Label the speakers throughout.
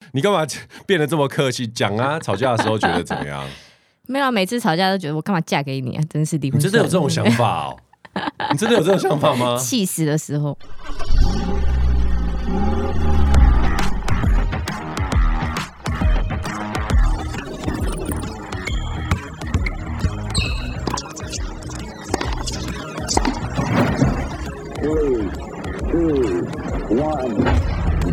Speaker 1: 你干嘛变得这么客气？讲啊，吵架的时候觉得怎么样？
Speaker 2: 没有啊，每次吵架都觉得我干嘛嫁给你啊，真是离
Speaker 1: 你
Speaker 2: 婚
Speaker 1: 真的有这种
Speaker 2: 算
Speaker 1: 想法哦？你真的有这种想法吗
Speaker 2: 了？气死的时候，
Speaker 3: three, two, one,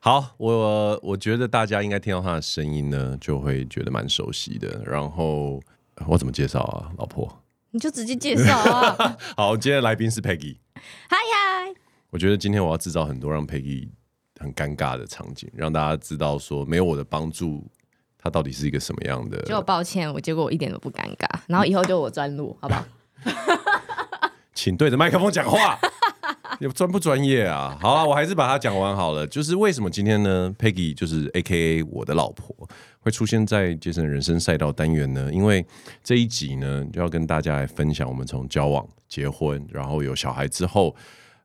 Speaker 1: 好，我我觉得大家应该听到他的声音呢，就会觉得蛮熟悉的。然后我怎么介绍啊，老婆？
Speaker 2: 你就直接介绍啊，
Speaker 1: 好，今天的来宾是 Peggy。
Speaker 2: 嗨嗨，
Speaker 1: 我觉得今天我要制造很多让 Peggy 很尴尬的场景，让大家知道说没有我的帮助，他到底是一个什么样的。
Speaker 2: 就抱歉，我结果我一点都不尴尬，然后以后就我专录，好不 好？
Speaker 1: 请对着麦克风讲话， 你专不专业啊？好啊，我还是把它讲完好了。就是为什么今天呢，Peggy 就是 A K A 我的老婆会出现在杰森人生赛道单元呢？因为这一集呢，就要跟大家来分享我们从交往、结婚，然后有小孩之后。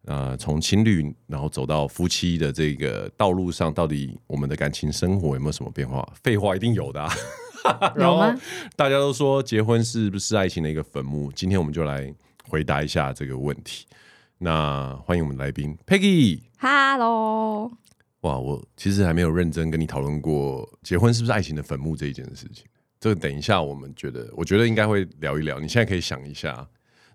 Speaker 1: 呃，从情侣，然后走到夫妻的这个道路上，到底我们的感情生活有没有什么变化？废话，一定有的、啊。 然
Speaker 2: 有
Speaker 1: 后
Speaker 2: 吗？
Speaker 1: 大家都说结婚是不是爱情的一个坟墓？今天我们就来回答一下这个问题。那欢迎我们的来宾 Peggy。
Speaker 2: Hello，
Speaker 1: 哇，我其实还没有认真跟你讨论过结婚是不是爱情的坟墓这一件事情。这个等一下我们觉得，我觉得应该会聊一聊。你现在可以想一下。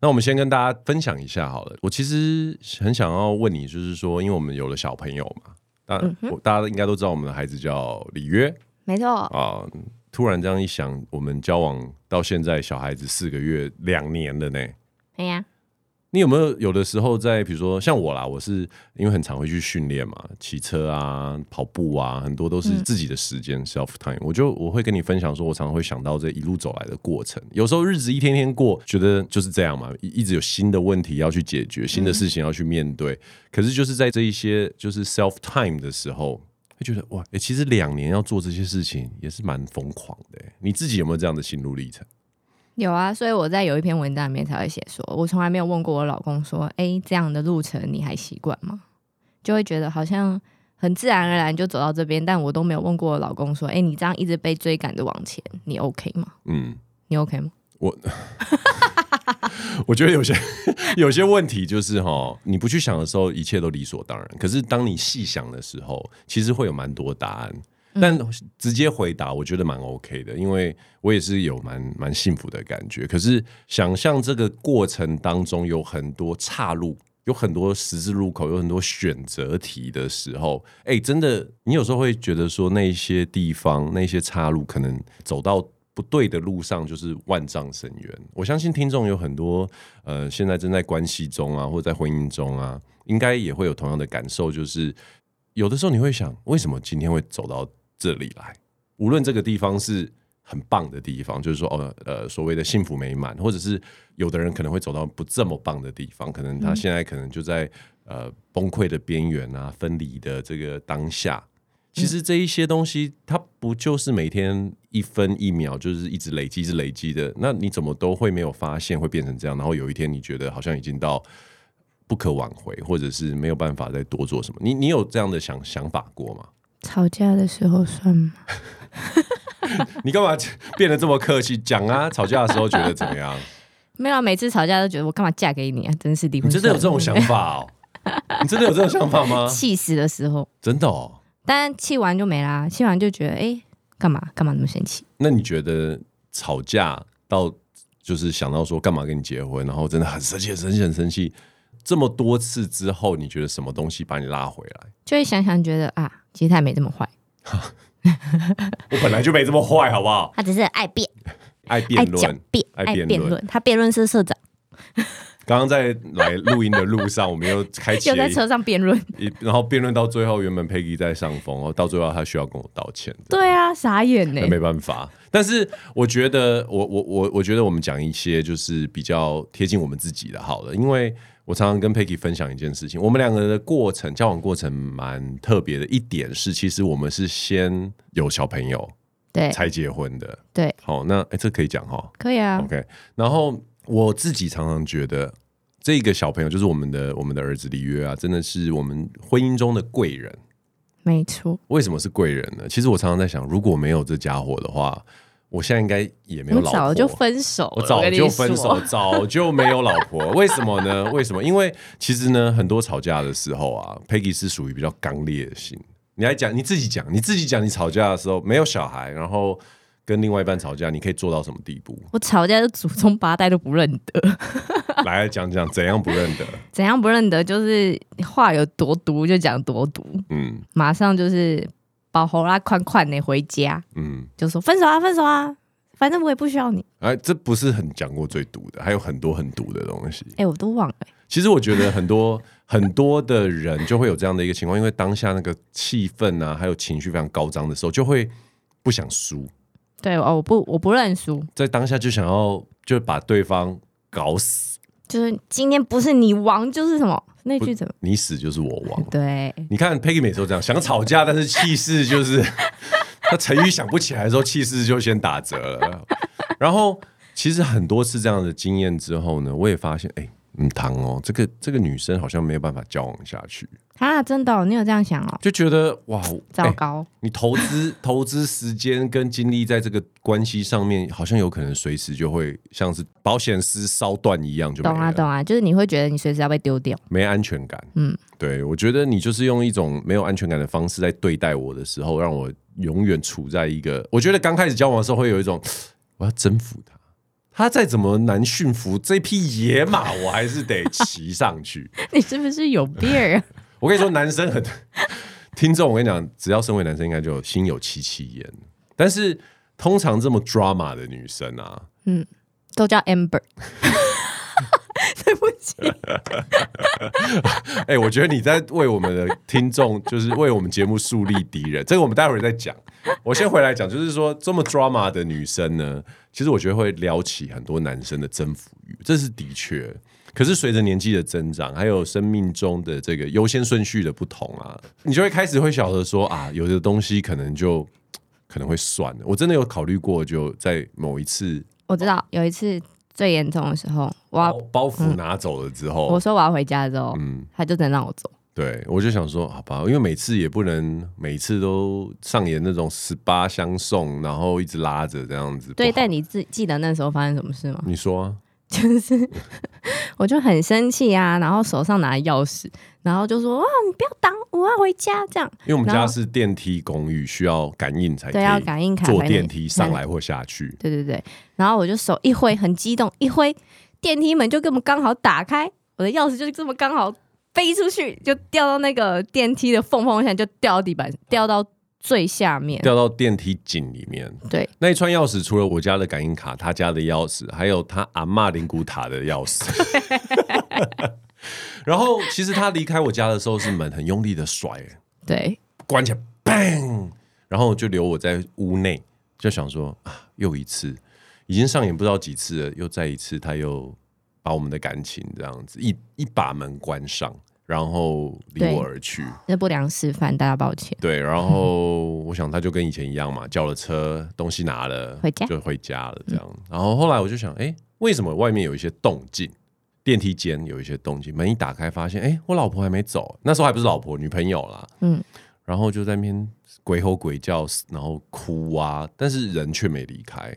Speaker 1: 那我们先跟大家分享一下好了。我其实很想要问你，就是说，因为我们有了小朋友嘛，那、我大家应该都知道我们的孩子叫里约，
Speaker 2: 没错，
Speaker 1: 啊、突然这样一想，我们交往到现在，小孩子四个月、两年了呢。
Speaker 2: 哎呀，
Speaker 1: 你有没有有的时候在，比如说像我啦，我是因为很常会去训练嘛，骑车啊、跑步啊，很多都是自己的时间、self time。我就我会跟你分享说，我常常会想到这一路走来的过程。有时候日子一天天过，觉得就是这样嘛，一一直有新的问题要去解决，新的事情要去面对。可是就是在这一些就是 self time 的时候，会觉得哇、欸其实两年要做这些事情也是蛮疯狂的、欸。你自己有没有这样的心路历程？
Speaker 2: 有啊，所以我在有一篇文章里面才会写说，我从来没有问过我老公说，哎，这样的路程你还习惯吗？就会觉得好像很自然而然就走到这边，但我都没有问过我老公说，哎，你这样一直被追赶着往前，你 OK 吗？
Speaker 1: 嗯。
Speaker 2: 你 OK 吗？
Speaker 1: 我我觉得有些有些问题就是哈，你不去想的时候，一切都理所当然。可是当你细想的时候，其实会有蛮多答案。但直接回答，我觉得蛮 OK 的，因为我也是有蛮蛮幸福的感觉。可是想象这个过程当中有很多岔路，有很多十字路口，有很多选择题的时候，哎、真的，你有时候会觉得说，那些地方、那些岔路，可能走到不对的路上，就是万丈深渊。我相信听众有很多，呃，现在正在关系中啊，或者在婚姻中啊，应该也会有同样的感受，就是有的时候你会想，为什么今天会走到这里来？无论这个地方是很棒的地方，就是说，哦，呃，所谓的幸福美满，或者是有的人可能会走到不这么棒的地方，可能他现在可能就在、呃崩溃的边缘啊，分离的这个当下。其实这一些东西，它不就是每天一分一秒，就是一直累积、一直累积的？那你怎么都会没有发现会变成这样？然后有一天你觉得好像已经到不可挽回，或者是没有办法再多做什么？你你有这样的想想法过吗？
Speaker 2: 吵架的时候算吗？
Speaker 1: 你干嘛变得这么客气？讲啊，吵架的时候觉得怎么样？
Speaker 2: 没有啊，每次吵架都觉得我干嘛嫁给你啊，真是 离
Speaker 1: 你
Speaker 2: 婚。
Speaker 1: 真的有这种想？法哦？你真的有这种想法 吗？
Speaker 2: 气死的时候，
Speaker 1: 真的哦？
Speaker 2: 但气完就没啦，气完就觉得哎，诶干嘛干嘛那么生气？
Speaker 1: 那你觉得吵架到就是想到说干嘛跟你结婚，然后真的很生气、很生气、很生气，这么多次之后，你觉得什么东西把你拉回来？
Speaker 2: 就会想想觉得啊，其实他也没这么坏，
Speaker 1: 我本来就没这么坏，好不好？
Speaker 2: 他只是爱辩、
Speaker 1: 爱
Speaker 2: 爱
Speaker 1: 辩
Speaker 2: 狡
Speaker 1: 论，
Speaker 2: 辩、
Speaker 1: 爱
Speaker 2: 爱
Speaker 1: 辩
Speaker 2: 辩
Speaker 1: 论
Speaker 2: 论。他辩论社社长，
Speaker 1: 刚刚在来录音的路上，我们又开启
Speaker 2: 又
Speaker 1: 了
Speaker 2: 在
Speaker 1: 一
Speaker 2: 车上辩论。
Speaker 1: 一，然后辩论到最后，原本 Peggy 在上风，哦，到最后他需要跟我道歉。这样
Speaker 2: 对啊，傻眼呢、
Speaker 1: 那没办法。但是我觉得，我我我我觉得我们讲一些就是比较贴近我们自己的好了，因为我常常跟 Peggy 分享一件事情，我们两个的过程交往过程蛮特别的一点是，其实我们是先有小朋友
Speaker 2: 对
Speaker 1: 才结婚的。
Speaker 2: 对，
Speaker 1: 好，那哎，这可以讲哈、
Speaker 2: 可以啊，
Speaker 1: OK，然后我自己常常觉得。这个小朋友就是我们的我们的儿子里约啊，真的是我们婚姻中的贵人。
Speaker 2: 没错。
Speaker 1: 为什么是贵人呢？其实我常常在想，如果没有这家伙的话，我现在应该也没有
Speaker 2: 我们
Speaker 1: 老婆，
Speaker 2: 早就分手了，
Speaker 1: 我早
Speaker 2: 跟你
Speaker 1: 就分手
Speaker 2: 说，
Speaker 1: 早就没有老婆。为什么呢？为什么？因为其实呢，很多吵架的时候啊，Peggy 是属于比较刚烈的型。你来讲，你自己讲，你自己讲，你吵架的时候没有小孩，然后跟另外一半吵架，你可以做到什么地步？
Speaker 2: 我吵架就祖宗八代都不认得，
Speaker 1: 来讲讲怎样不认得？
Speaker 2: 怎样不认得？就是话有多毒就讲多毒，
Speaker 1: 嗯
Speaker 2: 马上就是把喉拉宽宽的回家，
Speaker 1: 嗯，
Speaker 2: 就说分手啊，分手啊， 反正我也不需要你。
Speaker 1: 哎，这不是很讲过最毒的，还有很多很毒的东西。
Speaker 2: 哎、我都忘了、
Speaker 1: 其实我觉得很多很多的人就会有这样的一个情况，因为当下那个气氛啊，还有情绪非常高涨的时候，就会不想输，
Speaker 2: 对哦，我不我不认输，
Speaker 1: 在当下就想要就把对方搞死，
Speaker 2: 就是今天不是你亡就是什么那句怎么？
Speaker 1: 你死就是我亡。
Speaker 2: 对，
Speaker 1: 你看 Peggy 每次都这样，想吵架，但是气势就是他成语想不起来的时候，气势就先打折了。然后其实很多次这样的经验之后呢，我也发现，哎、嗯，唐哦，这个这个女生好像没有办法交往下去，
Speaker 2: 啊，真的哦、你有这样想哦？
Speaker 1: 就觉得哇，
Speaker 2: 糟
Speaker 1: 哎
Speaker 2: 糕，
Speaker 1: 你投资 投资时间跟精力在这个关系上面，好像有可能随时就会像是保险丝烧断一样就没
Speaker 2: 懂
Speaker 1: 了，
Speaker 2: 啊懂啊，就是你会觉得你随时要被丢掉。
Speaker 1: 没安全感。
Speaker 2: 嗯，
Speaker 1: 对，我觉得你就是用一种没有安全感的方式在对待我的时候，让我永远处在一个，我觉得刚开始交往的时候会有一种我要征服他，他再怎么难驯服，这匹野马我还是得骑上去。
Speaker 2: 你是不是有病儿啊？
Speaker 1: 我跟你说，男生很听众，我跟你讲，只要身为男生，应该就有心有戚戚焉。但是通常这么 drama 的女生啊，
Speaker 2: 都叫 Amber，对不起，
Speaker 1: 哎、我觉得你在为我们的听众，就是为我们节目树立敌人。这个我们待会儿再讲。我先回来讲，就是说这么 drama 的女生呢，其实我觉得会撩起很多男生的征服欲，这是的确。可是随着年纪的增长，还有生命中的这个优先顺序的不同啊，你就会开始会晓得说啊，有的东西可能就可能会算了。我真的有考虑过，就在某一次
Speaker 2: 我知道有一次最严重的时候，我要、
Speaker 1: 包包袱拿走了之后，
Speaker 2: 啊我说我要回家之后，
Speaker 1: 哦嗯
Speaker 2: 他就真的让我走。
Speaker 1: 对，我就想说，好吧，因为每次也不能每次都上演那种十八相送，然后一直拉着这样子。
Speaker 2: 对，
Speaker 1: 不好
Speaker 2: 但你自记得那时候发生什么事吗？
Speaker 1: 你说、啊，
Speaker 2: 就是我就很生气啊，然后手上拿钥匙，然后就说哇，你不要挡我，我要回家这样。
Speaker 1: 因为我们
Speaker 2: 然
Speaker 1: 家
Speaker 2: 后
Speaker 1: 是电梯公寓，需要感应才可
Speaker 2: 对，
Speaker 1: 以
Speaker 2: 要感应卡
Speaker 1: 坐
Speaker 2: 才嗯
Speaker 1: 电
Speaker 2: 能
Speaker 1: 梯上来或下去。
Speaker 2: 对对对，然后我就手一挥，很激动，一挥电梯门就这么刚好打开，我的钥匙就这么刚好飞出去，就掉到那个电梯的缝缝下，就掉到地板，掉到最下面。
Speaker 1: 掉到电梯井里面，
Speaker 2: 对，
Speaker 1: 那一串钥匙除了我家的感应卡，他家的钥匙，还有他阿嬷灵骨塔的钥匙。 然后，其实他离开我家的时候，是门很用力的甩、欸
Speaker 2: 对，
Speaker 1: 关起来，bang，然后就留我在屋内，就想说啊，又一次，已经上演不知道几次了，又再一次，他又把我们的感情这样子一一把门关上，然后离
Speaker 2: 对
Speaker 1: 我而去。
Speaker 2: 那不良示范，大家抱歉。
Speaker 1: 对，然后我想他就跟以前一样嘛，叫了车，东西拿了，
Speaker 2: 回家嗯
Speaker 1: 就回家了这样。然后后来我就想，哎，为什么外面有一些动静？电梯间有一些动静，门一打开发现，哎，我老婆还没走，那时候还不是老婆，女朋友啦。
Speaker 2: 嗯，
Speaker 1: 然后就在那边鬼吼鬼叫，然后哭啊，但是人却没离开。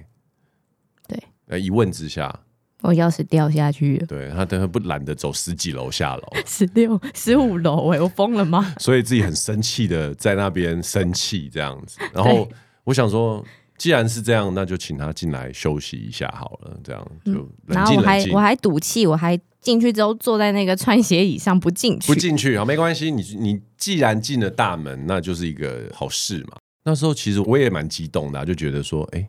Speaker 2: 对，
Speaker 1: 呃，一问之下，
Speaker 2: 我钥匙掉下去了，
Speaker 1: 对他等会不懒得走十几楼下楼，
Speaker 2: 十六、十五楼，哎，我疯了吗？
Speaker 1: 所以自己很生气的在那边生气这样子。然后我想说，既然是这样，那就请他进来休息一下好了，这样就冷
Speaker 2: 嗯然后
Speaker 1: 静
Speaker 2: 我
Speaker 1: 冷
Speaker 2: 还
Speaker 1: 静
Speaker 2: 我。还赌气，我还进去之后坐在那个穿鞋椅上不进去，
Speaker 1: 不进去好，没关系。你你既然进了大门，那就是一个好事嘛。那时候其实我也蛮激动的啊、就觉得说，哎、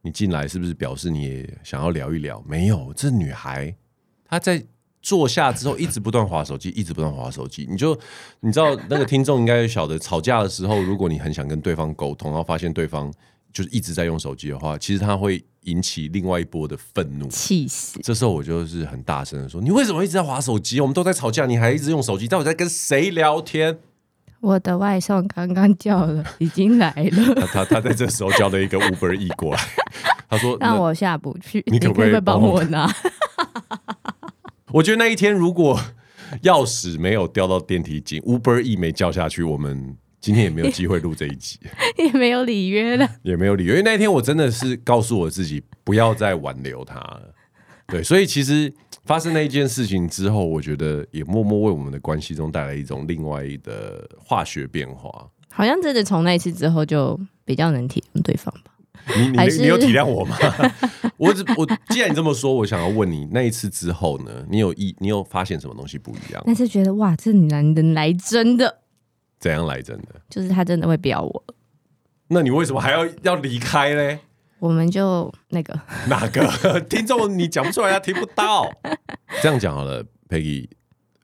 Speaker 1: 你进来是不是表示你也想要聊一聊？没有，这女孩她在坐下之后一直不断划手机，一直不断划手机，你就你知道那个听众应该晓得，吵架的时候，如果你很想跟对方沟通，然后发现对方就是一直在用手机的话，其实他会引起另外一波的愤怒。
Speaker 2: 气死！
Speaker 1: 这时候我就是很大声的说：“你为什么一直在划手机？我们都在吵架，你还一直用手机，到底在跟谁聊天
Speaker 2: 我的外送刚刚叫了，已经来？”
Speaker 1: 他
Speaker 2: 了，
Speaker 1: 他他在这时候叫了一个 Uber E 过来，他说：“
Speaker 2: 但我下不去，
Speaker 1: 你可
Speaker 2: 可
Speaker 1: 不可以
Speaker 2: 以帮
Speaker 1: 帮我
Speaker 2: 我拿？
Speaker 1: 我觉得那一天如果钥匙没有掉到电梯井，Uber E 没叫下去，我们今天也没有机会录这一集，
Speaker 2: 也没有里约了，
Speaker 1: 也没有理由。因为那一天我真的是告诉我自己不要再挽留他了。对，所以其实发生那一件事情之后，我觉得也默默为我们的关系中带来一种另外的化学变化。
Speaker 2: 好像真的从那一次之后就比较能体谅对方吧。
Speaker 1: 你你
Speaker 2: 还是
Speaker 1: 你有体谅我吗？ 我只我既然你这么说，我想要问你，那一次之后呢？你有意你有发现什么东西不一样？
Speaker 2: 但是觉得哇，这男人来真的，
Speaker 1: 怎样来真的？
Speaker 2: 就是他真的会飙我，
Speaker 1: 那你为什么还要要离开嘞？
Speaker 2: 我们就那个
Speaker 1: 哪个听众你讲不出来，他啊听不到。 这样讲好了，Peggy，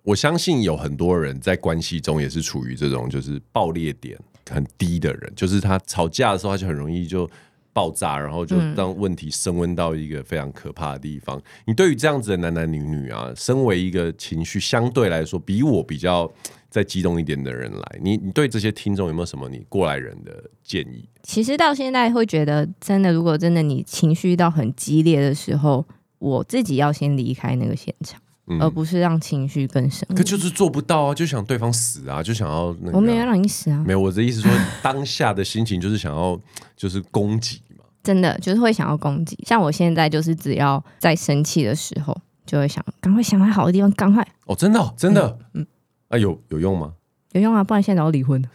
Speaker 1: 我相信有很多人在关系中也是处于这种就是爆裂点很低的人，就是他吵架的时候他就很容易就爆炸，然后就让问题升温到一个非常可怕的地方。你对于这样子的男男女女啊，身为一个情绪相对来说比我比较再激动一点的人来，你你对这些听众有没有什么你过来人的建议？
Speaker 2: 其实到现在会觉得，真的，如果真的你情绪到很激烈的时候，我自己要先离开那个现场，
Speaker 1: 嗯
Speaker 2: 而不是让情绪更深入。
Speaker 1: 可就是做不到啊，就想对方死啊，就想要那个啊、
Speaker 2: 我没有要让你死啊
Speaker 1: 没，有我的意思说，当下的心情就是想要就是攻击嘛。
Speaker 2: 真的就是会想要攻击。像我现在就是只要在生气的时候，就会想赶快想到好的地方，赶快
Speaker 1: 哦，真的哦、真的，嗯，啊，有有用吗？
Speaker 2: 有用啊，不然现在早就离婚了。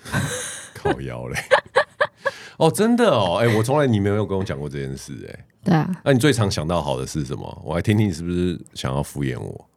Speaker 1: 靠腰嘞。 哦，真的哦，哎、我从来你没有跟我讲过这件事、哎，
Speaker 2: 对啊，
Speaker 1: 那、你最常想到好的是什么？我来听听你是不是想要敷衍我？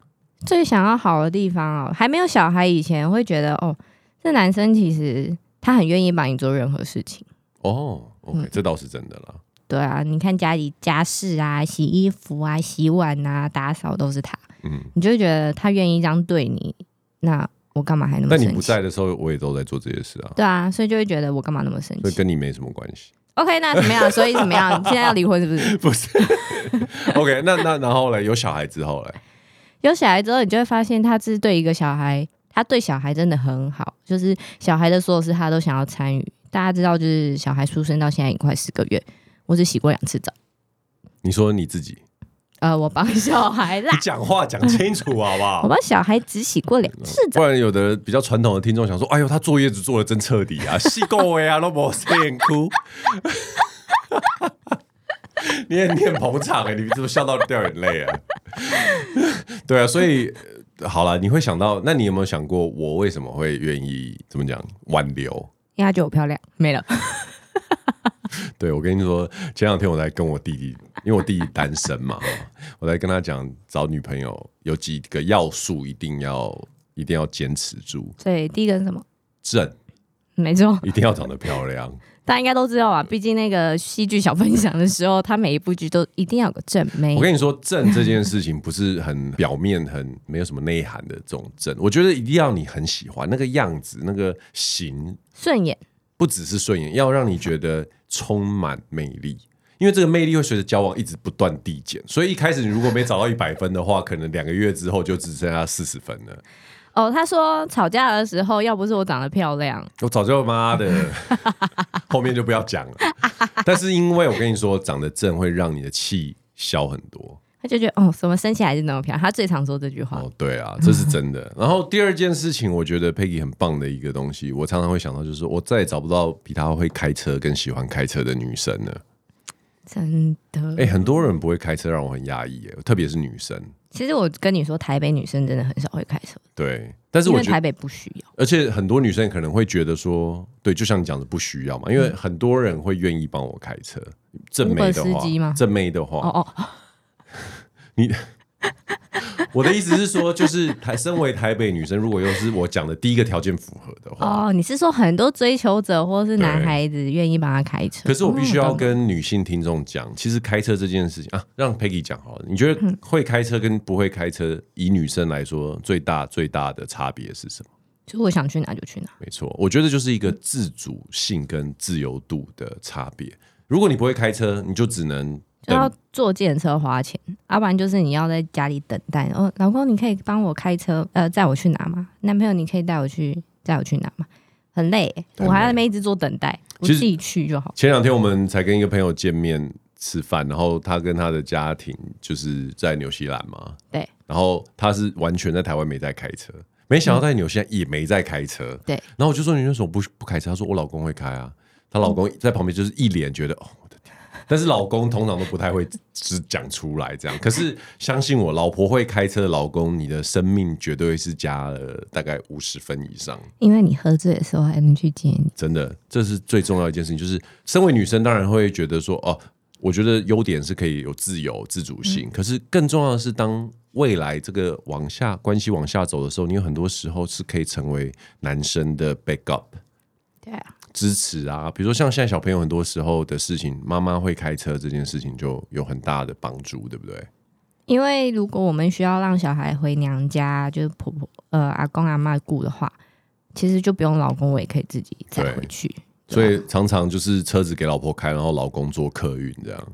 Speaker 2: 最想要好的地方哦，还没有小孩以前会觉得哦，这男生其实他很愿意帮你做任何事情。
Speaker 1: 哦，OK，、这
Speaker 2: 嗯
Speaker 1: 倒是真的啦。
Speaker 2: 对啊，你看家里家事啊、洗衣服啊、洗碗啊、打扫都是他，
Speaker 1: 嗯，
Speaker 2: 你就会觉得他愿意这样对你，那我干嘛还那么
Speaker 1: 但
Speaker 2: 生气？
Speaker 1: 你不在的时候，我也都在做这些事啊，
Speaker 2: 对啊，所以就会觉得我干嘛那么生
Speaker 1: 所以
Speaker 2: 气
Speaker 1: 跟你没什么关 系。
Speaker 2: ？OK，那怎么样？所以怎么样？现在要离婚是不是？
Speaker 1: 不是 ，OK，那那然后嘞，有小孩之后嘞，
Speaker 2: 有小孩之后，你就会发现他是对一个小孩，他对小孩真的很好，就是小孩的所有事他都想要参与。大家知道，就是小孩出生到现在已经快十个月，我只洗过两次澡。
Speaker 1: 你说你自己，
Speaker 2: 呃，我帮小孩 啦
Speaker 1: 你，讲话讲清楚好不好
Speaker 2: 我？帮小孩只洗过两次澡。
Speaker 1: 不然有的比较传统的听众想说，哎呦，他坐月子做的真彻底啊，细够哎啊，都没念哭。 你也你很捧场哎、你怎么笑到掉眼泪啊？ 对啊，所以呃好了，你会想到，那你有没有想过，我为什么会愿意怎么讲挽留？
Speaker 2: 因为 他觉得我漂亮，没了。
Speaker 1: 对，我跟你说，前两天我在跟我弟弟，因为我弟弟单身嘛，我在跟他讲找女朋友有几个要素一定要一定要坚持住，
Speaker 2: 所以第一个是什么？
Speaker 1: 正
Speaker 2: 没错，
Speaker 1: 一定要长得漂亮，
Speaker 2: 大家应该都知道啊。毕竟那个戏剧小分享的时候，他每一部剧都一定要有个正妹
Speaker 1: 我。跟你说，正这件事情不是很表面、很没有什么内涵的这种正，我觉得一定要你很喜欢那个样子、那个型，
Speaker 2: 顺眼，
Speaker 1: 不只是顺眼，要让你觉得充满魅力。因为这个魅力会随着交往一直不断递减，所以一开始你如果没找到一百分的话，可能两个月之后就只剩下四十分了。
Speaker 2: 哦，他说吵架的时候，要不是我长得漂亮，
Speaker 1: 我早就妈的， 后面就不要讲了。但是因为我跟你说，长得正会让你的气消很多。
Speaker 2: 他就觉得哦，怎么生下来就那么漂亮？他最常说这句话。
Speaker 1: 哦，对啊，这是真的。然后第二件事情，我觉得 Peggy 很棒的一个东西，我常常会想到，就是我再也找不到比她会开车跟喜欢开车的女生了。
Speaker 2: 真的，
Speaker 1: 哎、很多人不会开车，让我很压抑耶，特别是女生。
Speaker 2: 其实我跟你说，台北女生真的很少会开车，
Speaker 1: 对，但是
Speaker 2: 因
Speaker 1: 我
Speaker 2: 为
Speaker 1: 觉
Speaker 2: 台
Speaker 1: 得，
Speaker 2: 北不需要。
Speaker 1: 而且很多女生可能会觉得说，对，就像你讲的，不需要嘛，因
Speaker 2: 嗯
Speaker 1: 为很多人会愿意帮我开车。正妹的
Speaker 2: Uber 司机
Speaker 1: 话，
Speaker 2: 吗
Speaker 1: 正妹的话，
Speaker 2: 哦哦，
Speaker 1: 你我的意思是说，就是台身为台北女生，如果又是我讲的第一个条件符合的话，
Speaker 2: 哦，你是说很多追求者或是男
Speaker 1: 对
Speaker 2: 孩子愿意帮他开车？
Speaker 1: 可是我必须
Speaker 2: 嗯
Speaker 1: 要
Speaker 2: 懂
Speaker 1: 跟女性听众讲，其实开车这件事情啊，让 Peggy 讲好了。你觉
Speaker 2: 嗯
Speaker 1: 得会开车跟不会开车，以女生来说，最大最大的差别是什么？
Speaker 2: 就我想去哪就去哪。
Speaker 1: 没错，我觉得就是一个自主性跟自由度的差别。如果你不会开车，你就只能
Speaker 2: 就要
Speaker 1: 等。
Speaker 2: 坐电车花钱，要、不然就是你要在家里等待。哦，老公，你可以帮我开车，呃，载我去哪吗？男朋友，你可以带我去，载我去哪吗？很累欸，
Speaker 1: 很
Speaker 2: 我还
Speaker 1: 累
Speaker 2: 在那边一直坐等待，我
Speaker 1: 其
Speaker 2: 自
Speaker 1: 实
Speaker 2: 己去就好。
Speaker 1: 前两天我们才跟一个朋友见面吃饭，然后他跟他的家庭就是在纽西兰嘛，
Speaker 2: 对
Speaker 1: 然后他是完全在台湾没在开车，没想到在纽西兰也没在开车。
Speaker 2: 对
Speaker 1: 然后我就说你为什么不不开车？他说我老公会开啊，她老公在旁边就是一脸觉得哦我的天，但是老公通常都不太会只讲出来这样。可是相信我，老婆会开车的老公，你的生命绝对是加了大概五十分以上。
Speaker 2: 因为你喝醉的时候还能去接你。
Speaker 1: 真的，这是最重要的一件事情。就是身为女生，当然会觉得说，哦，我觉得优点是可以有自由、自主性。可是更重要的是，当未来这个往下关系往下走的时候，你有很多时候是可以成为男生的 backup
Speaker 2: 对啊，
Speaker 1: 支持啊。比如说，像现在小朋友很多时候的事情，妈妈会开车这件事情就有很大的帮助，对不对？
Speaker 2: 因为如果我们需要让小孩回娘家，就是婆婆呃阿公阿妈顾的话，其实就不用老公，我也可以自己载
Speaker 1: 对
Speaker 2: 回去。
Speaker 1: 所以常常就是车子给老婆开，然后老公坐客运这样。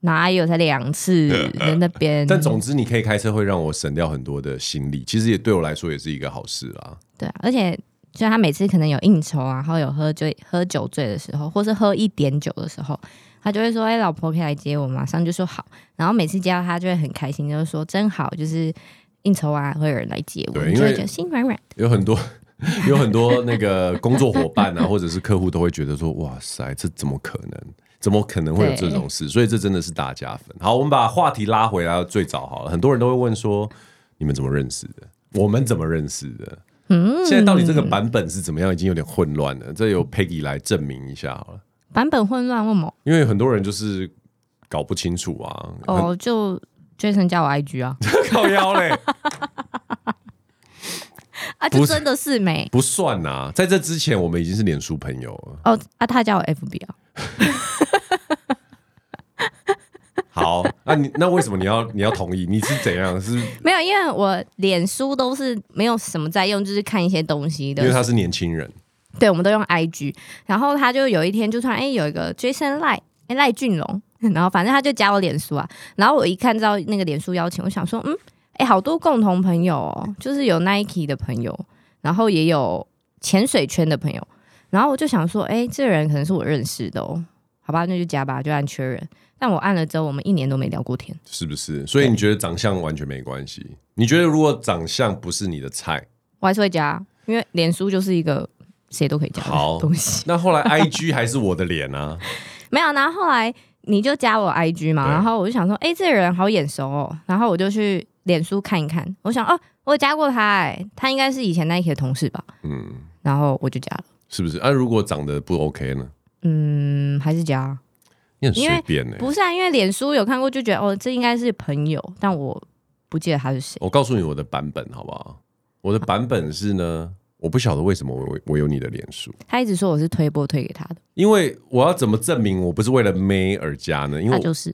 Speaker 2: 哪有才两次在那边？
Speaker 1: 呃但总之，你可以开车会让我省掉很多的心力，其实也对我来说也是一个好事啦。
Speaker 2: 对啊，而且就他每次可能有应酬啊，然后有喝醉、喝酒醉的时候，或是喝一点酒的时候，他就会说：“哎、老婆可以来接我吗？”马上就说好。然后每次接到他就会很开心，就是说：“真好，就是应酬啊，会有人来接我，
Speaker 1: 对
Speaker 2: 你
Speaker 1: 因
Speaker 2: 就
Speaker 1: 为
Speaker 2: 会觉得心软软。
Speaker 1: 有很多 有很多那个工作伙伴啊，或者是客户都会觉得说，哇塞，这怎么可能？怎么可能会有这种事？所以这真的是大加分。好，我们把话题拉回来最早好了，很多人都会问说，你们怎么认识的？我们怎么认识的？嗯，现在到底这个版本是怎么样，已经有点混乱了。这由 Peggy 来证明一下好了，”
Speaker 2: 版本混乱，问某
Speaker 1: 因为很多人就是搞不清楚啊，
Speaker 2: 哦，就 Jason 加我 IG 啊，
Speaker 1: 很靠腰嘞。
Speaker 2: 啊，
Speaker 1: 不
Speaker 2: 就是真的是没
Speaker 1: 不算啊，在这之前我们已经是脸书朋友了。
Speaker 2: 哦，啊，他加我 FB 啊，
Speaker 1: 好，那你那为什么你要你要同意？你是怎样？ 是
Speaker 2: 没有，因为我脸书都是没有什么在用，就是看一些东西的，
Speaker 1: 因为他是年轻人，
Speaker 2: 对，我们都用 IG。然后他就有一天就突然哎、有一个 Jason 赖哎赖俊龙， 然后反正他就加我脸书啊。然后我一看到那个脸书邀请，我想说嗯哎、好多共同朋友哦，就是有 Nike 的朋友，然后也有潜水圈的朋友。然后我就想说哎、这个人可能是我认识的哦，好吧，那就加吧，就按确认。但我按了之后，我们一年都没聊过天。
Speaker 1: 是不是？所以你觉得长相完全没关系？你觉得如果长相不是你的菜，
Speaker 2: 我还是会加，因为脸书就是一个谁都可以加的
Speaker 1: 好
Speaker 2: 东西。
Speaker 1: 那后来 I G 还是我的脸啊？
Speaker 2: 没有，然后后来你就加我 IG 嘛，
Speaker 1: 对
Speaker 2: 然后我就想说，哎、这个人好眼熟哦，然后我就去脸书看一看，我想哦，我有加过他、哎，他应该是以前 Nike 的同事吧，
Speaker 1: 嗯，
Speaker 2: 然后我就加了，
Speaker 1: 是不是？啊，如果长得不 OK 呢？
Speaker 2: 嗯，还是加，
Speaker 1: 你很随便呢、欸
Speaker 2: 不是啊，因为脸书有看过就觉得哦，这应该是朋友，但我不记得他是谁，
Speaker 1: 我告诉你我的版本好不好？我的版本是呢，我不晓得为什么我我有你的脸书，
Speaker 2: 他一直说我是推播推给他的，
Speaker 1: 因为我要怎么证明我不是为了妹而加呢？因为
Speaker 2: 他
Speaker 1: 我
Speaker 2: 就是，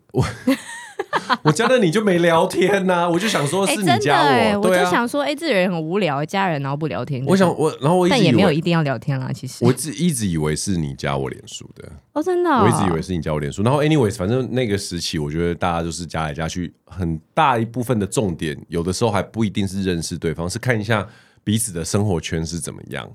Speaker 1: 我加了你就没聊天呐、我就想说
Speaker 2: 哎、
Speaker 1: 是你
Speaker 2: 真的
Speaker 1: 加
Speaker 2: 哎、
Speaker 1: 我，
Speaker 2: 我
Speaker 1: 对
Speaker 2: 就
Speaker 1: 啊。
Speaker 2: 想说，哎、这个人很无聊，加人然后不聊天，
Speaker 1: 我想。我，然后我一直
Speaker 2: 但也
Speaker 1: 以
Speaker 2: 没有
Speaker 1: 为
Speaker 2: 一定要聊天啦，其实
Speaker 1: 我一直一直以为是你加我脸书的，
Speaker 2: 哦，真的哦、
Speaker 1: 我一直以为是你加我脸书。然后，anyways，反正那个时期，我觉得大家就是加来加去，很大一部分的重点，有的时候还不一定是认识对方，是看一下彼此的生活圈是怎么样。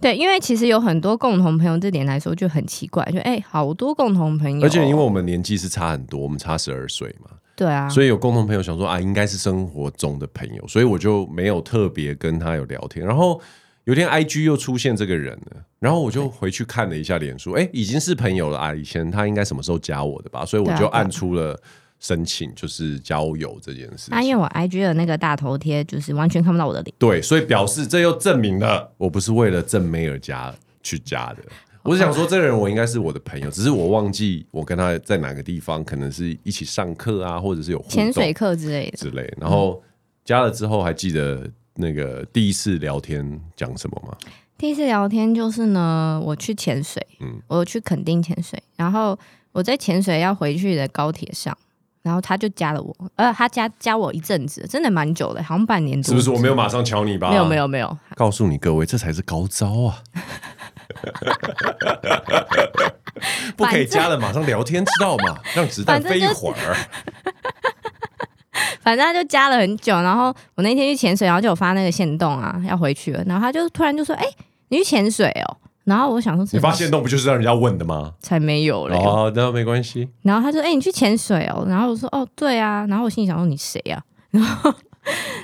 Speaker 2: 对，因为其实有很多共同朋友，这点来说就很奇怪，就哎、好多共同朋友，哦
Speaker 1: 而且，因为我们年纪是差很多，我们差十二岁嘛，
Speaker 2: 对啊，
Speaker 1: 所以有共同朋友想说啊，应该是生活中的朋友，所以我就没有特别跟他有聊天。然后有一天 IG 又出现这个人了，然后我就回去看了一下脸书，哎，已经是朋友了啊，以前他应该什么时候加我的吧，所以我
Speaker 2: 对啊
Speaker 1: 就
Speaker 2: 对啊
Speaker 1: 按出了申请，就是交友这件事
Speaker 2: 那、因
Speaker 1: 情。
Speaker 2: 为我 IG 的那个大头贴就是完全看不到我的脸，
Speaker 1: 对，所以表示这又证明了我不是为了正妹而加去加的。我是想说，这个人我应该是我的朋友，只是我忘记我跟他在哪个地方，可能是一起上课啊，或者是有互动
Speaker 2: 潜水课之类的，
Speaker 1: 之类。然后加了之后还记得那个第一次聊天讲什么吗？
Speaker 2: 第一次聊天就是呢，我去潜水，
Speaker 1: 嗯
Speaker 2: 我去垦丁潜水，然后我在潜水要回去的高铁上，然后他就加了我，呃，他加加我一阵子，真的蛮久的，好像半年多。
Speaker 1: 是不是我没有啊马上敲你吧？
Speaker 2: 没有没有没有，
Speaker 1: 告诉你各位，这才是高招 啊！不可以加了，马上聊天，知道吗？ 让子弹飞一会儿。
Speaker 2: 反正他就加了很久。然后我那天去潜水，然后就有发那个线动啊，要回去了。然后他就突然就说：“哎、你去潜水哦？”然后我想说，
Speaker 1: 你发现动不就是让人家问的吗？
Speaker 2: 才 没有嘞。
Speaker 1: 哦，那没关系。
Speaker 2: 然后他说：“哎、你去潜水哦。”然后我说：“哦，对啊。”然后我心里想说：“你谁呀、啊？”然后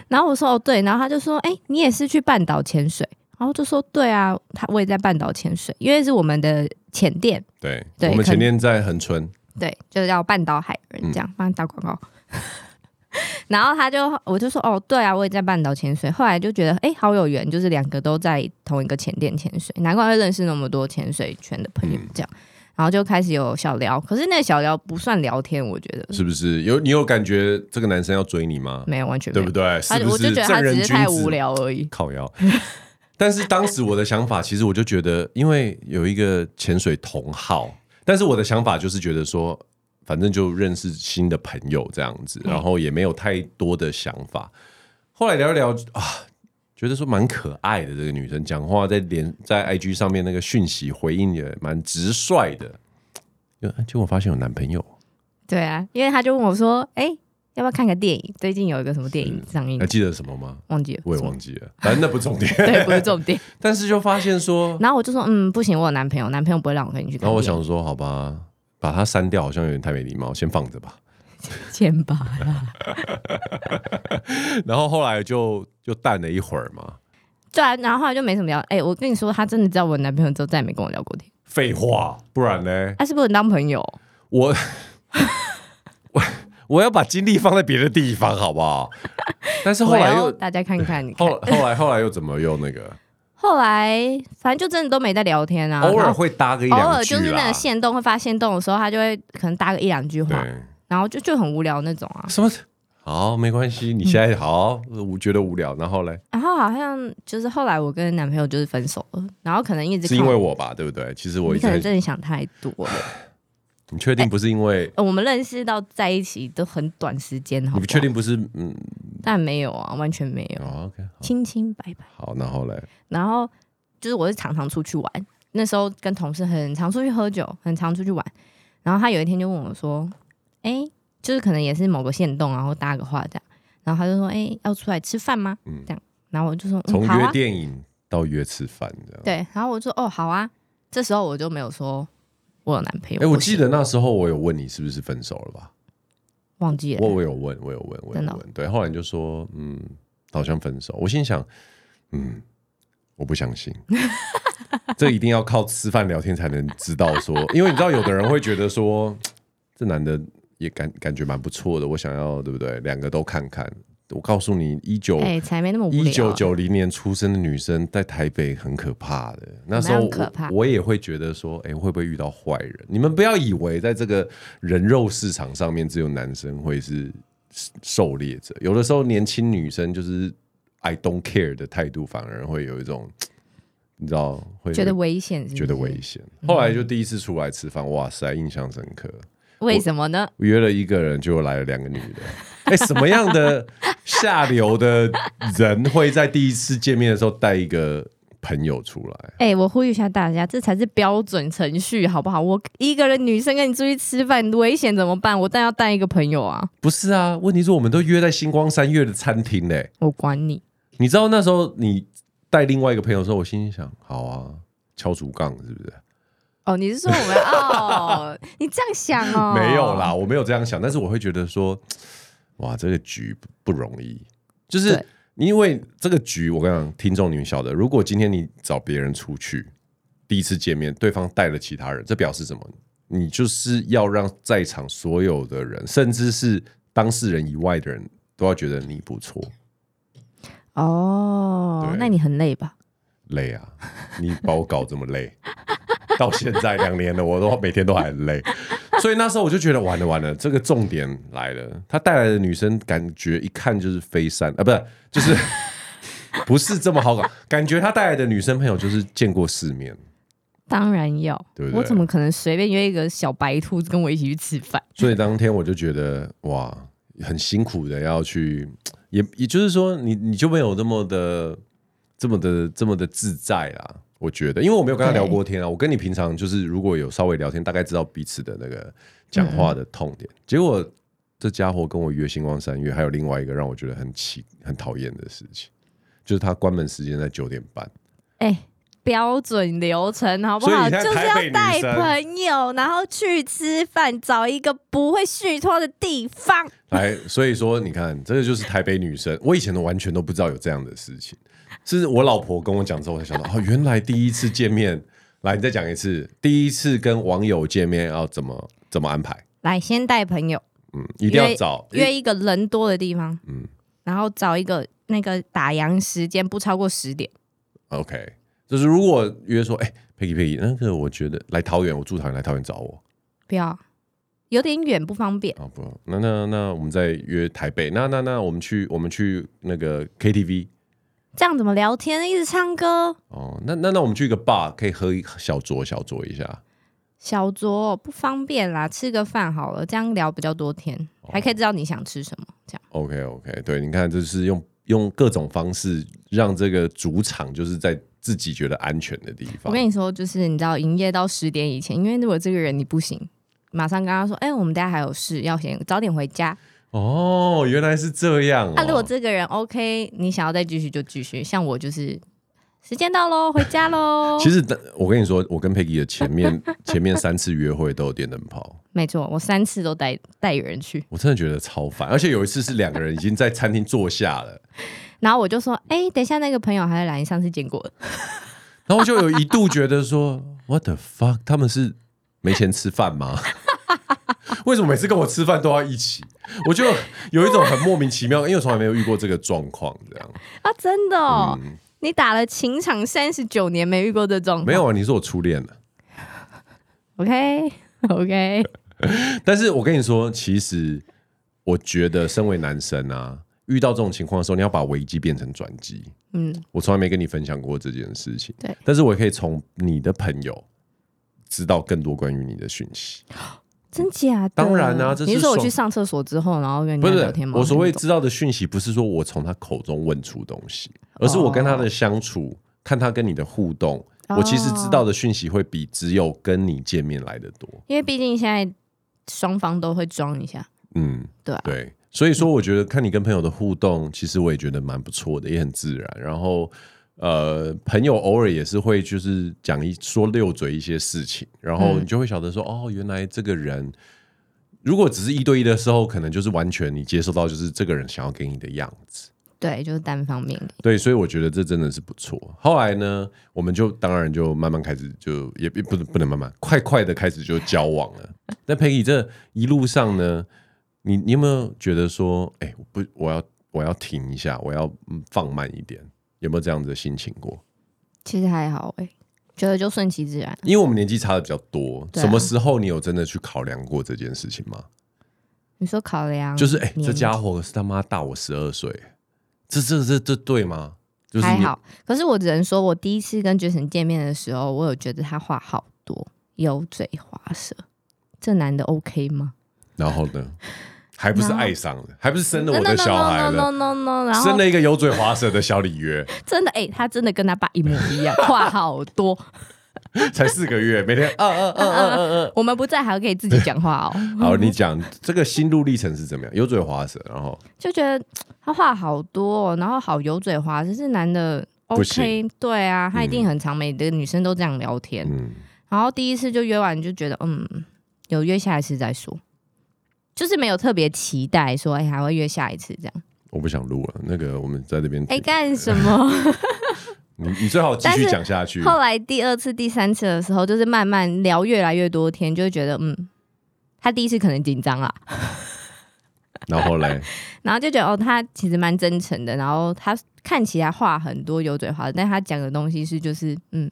Speaker 2: 然后我说：“哦，对。”然后他就说：“哎、你也是去半岛潜水？”然后就说：“对啊，他我也在半岛潜水，因为是我们的潜店，
Speaker 1: 对，
Speaker 2: 对
Speaker 1: 我们
Speaker 2: 可嗯
Speaker 1: 前天在恒春，
Speaker 2: 对，就叫半岛海
Speaker 1: 嗯
Speaker 2: 人这样，帮他打广告。 然后他就，我就说，哦，对啊，我也在半岛潜水。后来就觉得，哎，好有缘，就是两个都在同一个潜店潜水，难怪会认识那么多潜水圈的朋友
Speaker 1: 嗯
Speaker 2: 这样。然后就开始有小聊，可是那小聊不算聊天，我觉得
Speaker 1: 是不是？有你有感觉这个男生要追你吗？
Speaker 2: 没有完全嗯没
Speaker 1: 对
Speaker 2: 有
Speaker 1: 不对？
Speaker 2: 他
Speaker 1: 是
Speaker 2: 就
Speaker 1: 不
Speaker 2: 我就是觉得他
Speaker 1: 正人君
Speaker 2: 只是
Speaker 1: 子？
Speaker 2: 太无聊而已。
Speaker 1: 靠腰。 但是当时我的想法，其实我就觉得，因为有一个潜水同好，但是我的想法就是觉得说，反正就认识新的朋友这样
Speaker 2: 嗯
Speaker 1: 子，然后也没有太多的想法。后来聊一聊啊，觉得说蛮可爱的这个女生，讲话在连在 IG 上面那个讯息回应也蛮直率的。就哎结果发现有男朋友，
Speaker 2: 对啊，因为他就问我说：“哎、要不要看个电影？最近有一个什么电影上映
Speaker 1: 还？记得什么吗？
Speaker 2: 忘记了，
Speaker 1: 我也
Speaker 2: 什么
Speaker 1: 忘记了，反正那不重点。
Speaker 2: 对，不是重点。
Speaker 1: 但是就发现说，
Speaker 2: 然后我就说：“嗯，不行，我有男朋友，男朋友不会让我跟你去看
Speaker 1: 然后我
Speaker 2: 电影。
Speaker 1: 想说，好吧，把它删掉好像有点太没礼貌，先放着吧。
Speaker 2: 先吧。
Speaker 1: 然后后来就就淡了一会儿嘛。
Speaker 2: 对啊，然后后来就没什么聊。哎、我跟你说，他真的知道我男朋友之后，再也没跟我聊过天。
Speaker 1: 废话，不然呢？
Speaker 2: 他、是不能当朋友？
Speaker 1: 我 我我要把精力放在别的地方，好不 好？但是后
Speaker 2: 我
Speaker 1: 来
Speaker 2: 要
Speaker 1: 又
Speaker 2: 大家看看，你看
Speaker 1: 后。后来后来又怎么又那个？
Speaker 2: 后来反正就真的都没在聊天啊，
Speaker 1: 偶
Speaker 2: 然
Speaker 1: 尔
Speaker 2: 后
Speaker 1: 会搭个一
Speaker 2: 偶
Speaker 1: 两
Speaker 2: 尔
Speaker 1: 句
Speaker 2: 就是那
Speaker 1: 啦
Speaker 2: 个。线动会发线动的时候，他就会可能搭个一两句话，
Speaker 1: 对，
Speaker 2: 然后就就很无聊那种啊。
Speaker 1: 什么？好，没关系，你现在好，我觉得无聊，然后嘞，
Speaker 2: 然后好像就是后来我跟男朋友就是分手了，然后可能一直
Speaker 1: 是因为
Speaker 2: 靠
Speaker 1: 我吧，对不对？其实我一
Speaker 2: 你
Speaker 1: 直
Speaker 2: 可能
Speaker 1: 很，
Speaker 2: 真的想太多了。
Speaker 1: 你确定不是因为？
Speaker 2: 呃我们认识到在一起都很短时间，好
Speaker 1: 你
Speaker 2: 不
Speaker 1: 不
Speaker 2: 好
Speaker 1: 确？定不是？嗯，
Speaker 2: 但没有啊，完全没有，
Speaker 1: 哦，OK，好
Speaker 2: 清清白白。
Speaker 1: 好，然后嘞，
Speaker 2: 然后就是我是常常出去玩，那时候跟同事很常出去喝酒，很常出去玩。然后他有一天就问我说：“哎、就是可能也是某个线动，然后搭个话这样。”然后他就说：“哎、要出来吃饭吗？”
Speaker 1: 嗯
Speaker 2: 这样，然后我就说：“
Speaker 1: 从
Speaker 2: 嗯、好啊
Speaker 1: 约。电影到约吃饭这样。
Speaker 2: 对，然后我就说：“哦，好啊。”这时候我就没有说我有男朋友。
Speaker 1: 哎、我
Speaker 2: 不行
Speaker 1: 记得那时候我有问你是不是分手了吧？
Speaker 2: 忘记
Speaker 1: 我
Speaker 2: 了，
Speaker 1: 我有问，我有问，我有
Speaker 2: 真的
Speaker 1: 问。
Speaker 2: 哦
Speaker 1: 对，后来你就说，嗯，好像分手。我心想，嗯，我不相 信，这一定要靠吃饭聊天才能知道说，因为你知道，有的人会觉得说，这男的也感感觉蛮不错的，我想要，对不对？两个都看看。我告诉你，一九
Speaker 2: 哎、才没那么无聊。
Speaker 1: 一九九零年出生的女生在台北很可怕的，那时候
Speaker 2: 怎么样可怕
Speaker 1: 我我也会觉得说，哎、会不会遇到坏人？你们不要以为在这个人肉市场上面只有男生会是狩猎者，有的时候年轻女生就是 I don't care 的态度，反而会有一种，你知道，会
Speaker 2: 觉得危险是不是，
Speaker 1: 觉得危险。后来就第一次出来吃饭，哇塞，印象深刻。
Speaker 2: 为什么呢？
Speaker 1: 约了一个人，就来了两个女的。哎，什么样的下流的人会在第一次见面的时候带一个朋友出来？
Speaker 2: 哎、我呼吁一下大家，这才是标准程序，好不好？我一个人女生跟你出去吃饭，危险怎么办？我当然要带一个朋友啊！
Speaker 1: 不是啊，问题是我们都约在星光三月的餐厅嘞。
Speaker 2: 我管你，
Speaker 1: 你知道那时候你带另外一个朋友的时候，我心里想，好啊，敲竹杠是不是？
Speaker 2: 哦，你是说我们 哦？你这样想哦？
Speaker 1: 没有啦，，我没有这样想，但是我会觉得说，哇，这个局不不容易，就是
Speaker 2: 对
Speaker 1: 因为这个局，我跟你讲，听众你们晓得，如果今天你找别人出去，第一次见面，对方带了其他人，这表示什么？你就是要让在场所有的人，甚至是当事人以外的人，都要觉得你不错。
Speaker 2: 哦，
Speaker 1: 对
Speaker 2: 那你很累吧？
Speaker 1: 累啊！ 你把我搞这么累，到现在两年了，我都每天都还很累。所以那时候我就觉得完了完了，这个重点来了，他带来的女生感觉一看就是飞山啊，不是就是 不是这么好搞，感觉他带来的女生朋友就是见过世面，
Speaker 2: 当然要，
Speaker 1: 对不对
Speaker 2: 我怎么可能随便约一个小白兔跟我一起去吃饭？
Speaker 1: 所以当天我就觉得哇，很辛苦的要去，也也就是说你你就没有那么的这么的这么的自在啦。我觉得，因为我没有跟他聊过天啊，我跟你平常就是如果有稍微聊天，大概知道彼此的那个讲话的痛点。结果这家伙跟我约星光三月，还有另外一个让我觉得很奇很讨厌的事情，就是他关门时间在九点半。
Speaker 2: 哎、标准流程好不
Speaker 1: 所以
Speaker 2: 好？
Speaker 1: 你看
Speaker 2: 就是
Speaker 1: 台
Speaker 2: 要
Speaker 1: 北女
Speaker 2: 带
Speaker 1: 生
Speaker 2: 朋友，然后去吃饭，找一个不会续托的地方。
Speaker 1: 来，所以说你看，这个就是台北女生。我以前都完全都不知道有这样的事情，是我老婆跟我讲之后，我才想到，哦，原来第一次见面，来你再讲一次，第一次跟网友见面要怎么怎么安排？
Speaker 2: 来，先带朋友，
Speaker 1: 嗯，一定要找
Speaker 2: 约一个人多的地方，
Speaker 1: 嗯
Speaker 2: 然后找一个那个打烊时间不超过十点，
Speaker 1: OK，就是如果约说，哎、佩奇佩奇，那个我觉得来桃园，我住桃园，来桃园找我
Speaker 2: 不要有点远不方便。
Speaker 1: 啊、不，那那那我们再约台北，那那那我们去我们去那个 KTV
Speaker 2: 这样怎么聊天？一直唱歌，
Speaker 1: 哦，那那那我们去一个 bar 可以喝一小酌小酌一下。
Speaker 2: 小酌不方便啦，吃个饭好了，这样聊比较多天，
Speaker 1: 哦
Speaker 2: 还可以知道你想吃什么。这样
Speaker 1: OK OK，对，你看，这是用用各种方式让这个主场就是在自己觉得安全的地
Speaker 2: 我
Speaker 1: 方。
Speaker 2: 跟你说，就是你知道营业到十点以前，因为如果这个人你不行，马上跟他说，哎、我们大家还有事，要先早点回家。
Speaker 1: 哦，原来是这样、哦。
Speaker 2: 啊，如果这个人 OK，你想要再继续就继续。像我就是时间到喽，回家喽。
Speaker 1: 其实当，我跟你说，我跟 Peggy 的前面前面三次约会都有电灯泡，
Speaker 2: 没错，我三次都带带人去，
Speaker 1: 我真的觉得超烦。而且有一次是两个人已经在餐厅坐下了，
Speaker 2: 然后我就说，哎、等一下那个朋友还来，你上次见过了。
Speaker 1: 然后我就有一度觉得说，What the fuck？他们是没钱吃饭吗？ 为什么每次跟我吃饭都要一起？我就有一种很莫名其妙，因为我从来没有遇过这个状况，这样。
Speaker 2: 啊，真的哦，你打了情场三十九年没遇过这种，
Speaker 1: 嗯没有啊，你是我初恋了。
Speaker 2: ？OK OK，
Speaker 1: 但是我跟你说，其实我觉得身为男生啊，遇到这种情况的时候，你要把危机变成转机。
Speaker 2: 嗯，
Speaker 1: 我从来没跟你分享过这件事情，
Speaker 2: 对
Speaker 1: 但是我也可以从你的朋友知道更多关于你的讯息。
Speaker 2: 真假的？
Speaker 1: 当然啊这是
Speaker 2: 你是说我
Speaker 1: 爽
Speaker 2: 去上厕所之后，然后跟人
Speaker 1: 不
Speaker 2: 家
Speaker 1: 是
Speaker 2: 聊天吗？
Speaker 1: 我所谓
Speaker 2: 那种
Speaker 1: 知道的讯息，不是说我从他口中问出东西，而是我跟
Speaker 2: 哦
Speaker 1: 他的相处，看他跟你的互动，我其实知道的讯息会比只有跟你见面来的多。
Speaker 2: 因为毕竟现在双方都会装一下，
Speaker 1: 嗯，
Speaker 2: 对啊
Speaker 1: 对，所以说我觉得看你跟朋友的互动，其实我也觉得蛮不错的，也很自然。然后呃，朋友偶尔也是会就是讲一说溜嘴一些事情，然后你
Speaker 2: 嗯
Speaker 1: 就会晓得说、哦，原来这个人。如果只是一对一的时候，可能就是完全你接受到就是这个人想要给你的样子，
Speaker 2: 对，就是单方面的。
Speaker 1: 对，所以我觉得这真的是不错。后来呢，我们就当然就慢慢开始就也也不不能慢慢，快快的开始就交往了。那佩奇这一路上呢，你你有没有觉得说，哎、我不，我要我要停一下，我要嗯放慢一点，有没有这样子的心情过？
Speaker 2: 其实还好哎、觉得就顺其自然。
Speaker 1: 因为我们年纪差的比较多，
Speaker 2: 对啊
Speaker 1: 什么时候你有真的去考量过这件事情吗？
Speaker 2: 你说考量
Speaker 1: 就是哎、
Speaker 2: 年
Speaker 1: 这家伙是他妈大我十二岁，这这这这对吗？就是
Speaker 2: 还
Speaker 1: 你
Speaker 2: 好，可是我只能说，我第一次跟 Jason 见面的时候，我有觉得他话好多，油嘴滑舌。这男的 OK 吗？
Speaker 1: 然后呢，还不是
Speaker 2: 然后
Speaker 1: 爱上了，还不是生了我的小孩了，
Speaker 2: no no no no no no，然
Speaker 1: 生
Speaker 2: 后
Speaker 1: 了一个油嘴滑舌的小里约，
Speaker 2: 真的哎、他真的跟他爸一模一样，话好 多。
Speaker 1: 才四个月，每天
Speaker 2: 哦
Speaker 1: 啊啊啊啊啊啊！
Speaker 2: 我们不在还可以自己讲话哦，
Speaker 1: 好，你讲这个心路历程是怎么样？油嘴滑舌，然后
Speaker 2: 就觉得他话好多、哦然后好油嘴滑舌，这男的
Speaker 1: 不
Speaker 2: OK，
Speaker 1: 行
Speaker 2: 对啊，他一定很长，每个女生都这样聊天。
Speaker 1: 嗯，
Speaker 2: 然后第一次就约完就觉得，嗯，有约下一次再说，就是没有特别期待说，哎、还会约下一次这样。
Speaker 1: 我不想录了。那个我们在这边，
Speaker 2: 哎、干什么？
Speaker 1: 你你最好继
Speaker 2: 但
Speaker 1: 续
Speaker 2: 是
Speaker 1: 讲下去。
Speaker 2: 后来第二次、第三次的时候，就是慢慢聊越来越多天，就会觉得，嗯，他第一次可能紧张啦，啊
Speaker 1: 然后嘞，
Speaker 2: 然后就觉得，哦，他其实蛮真诚的，然后他看起来话很多，油嘴滑舌，但他讲的东西是就是，嗯，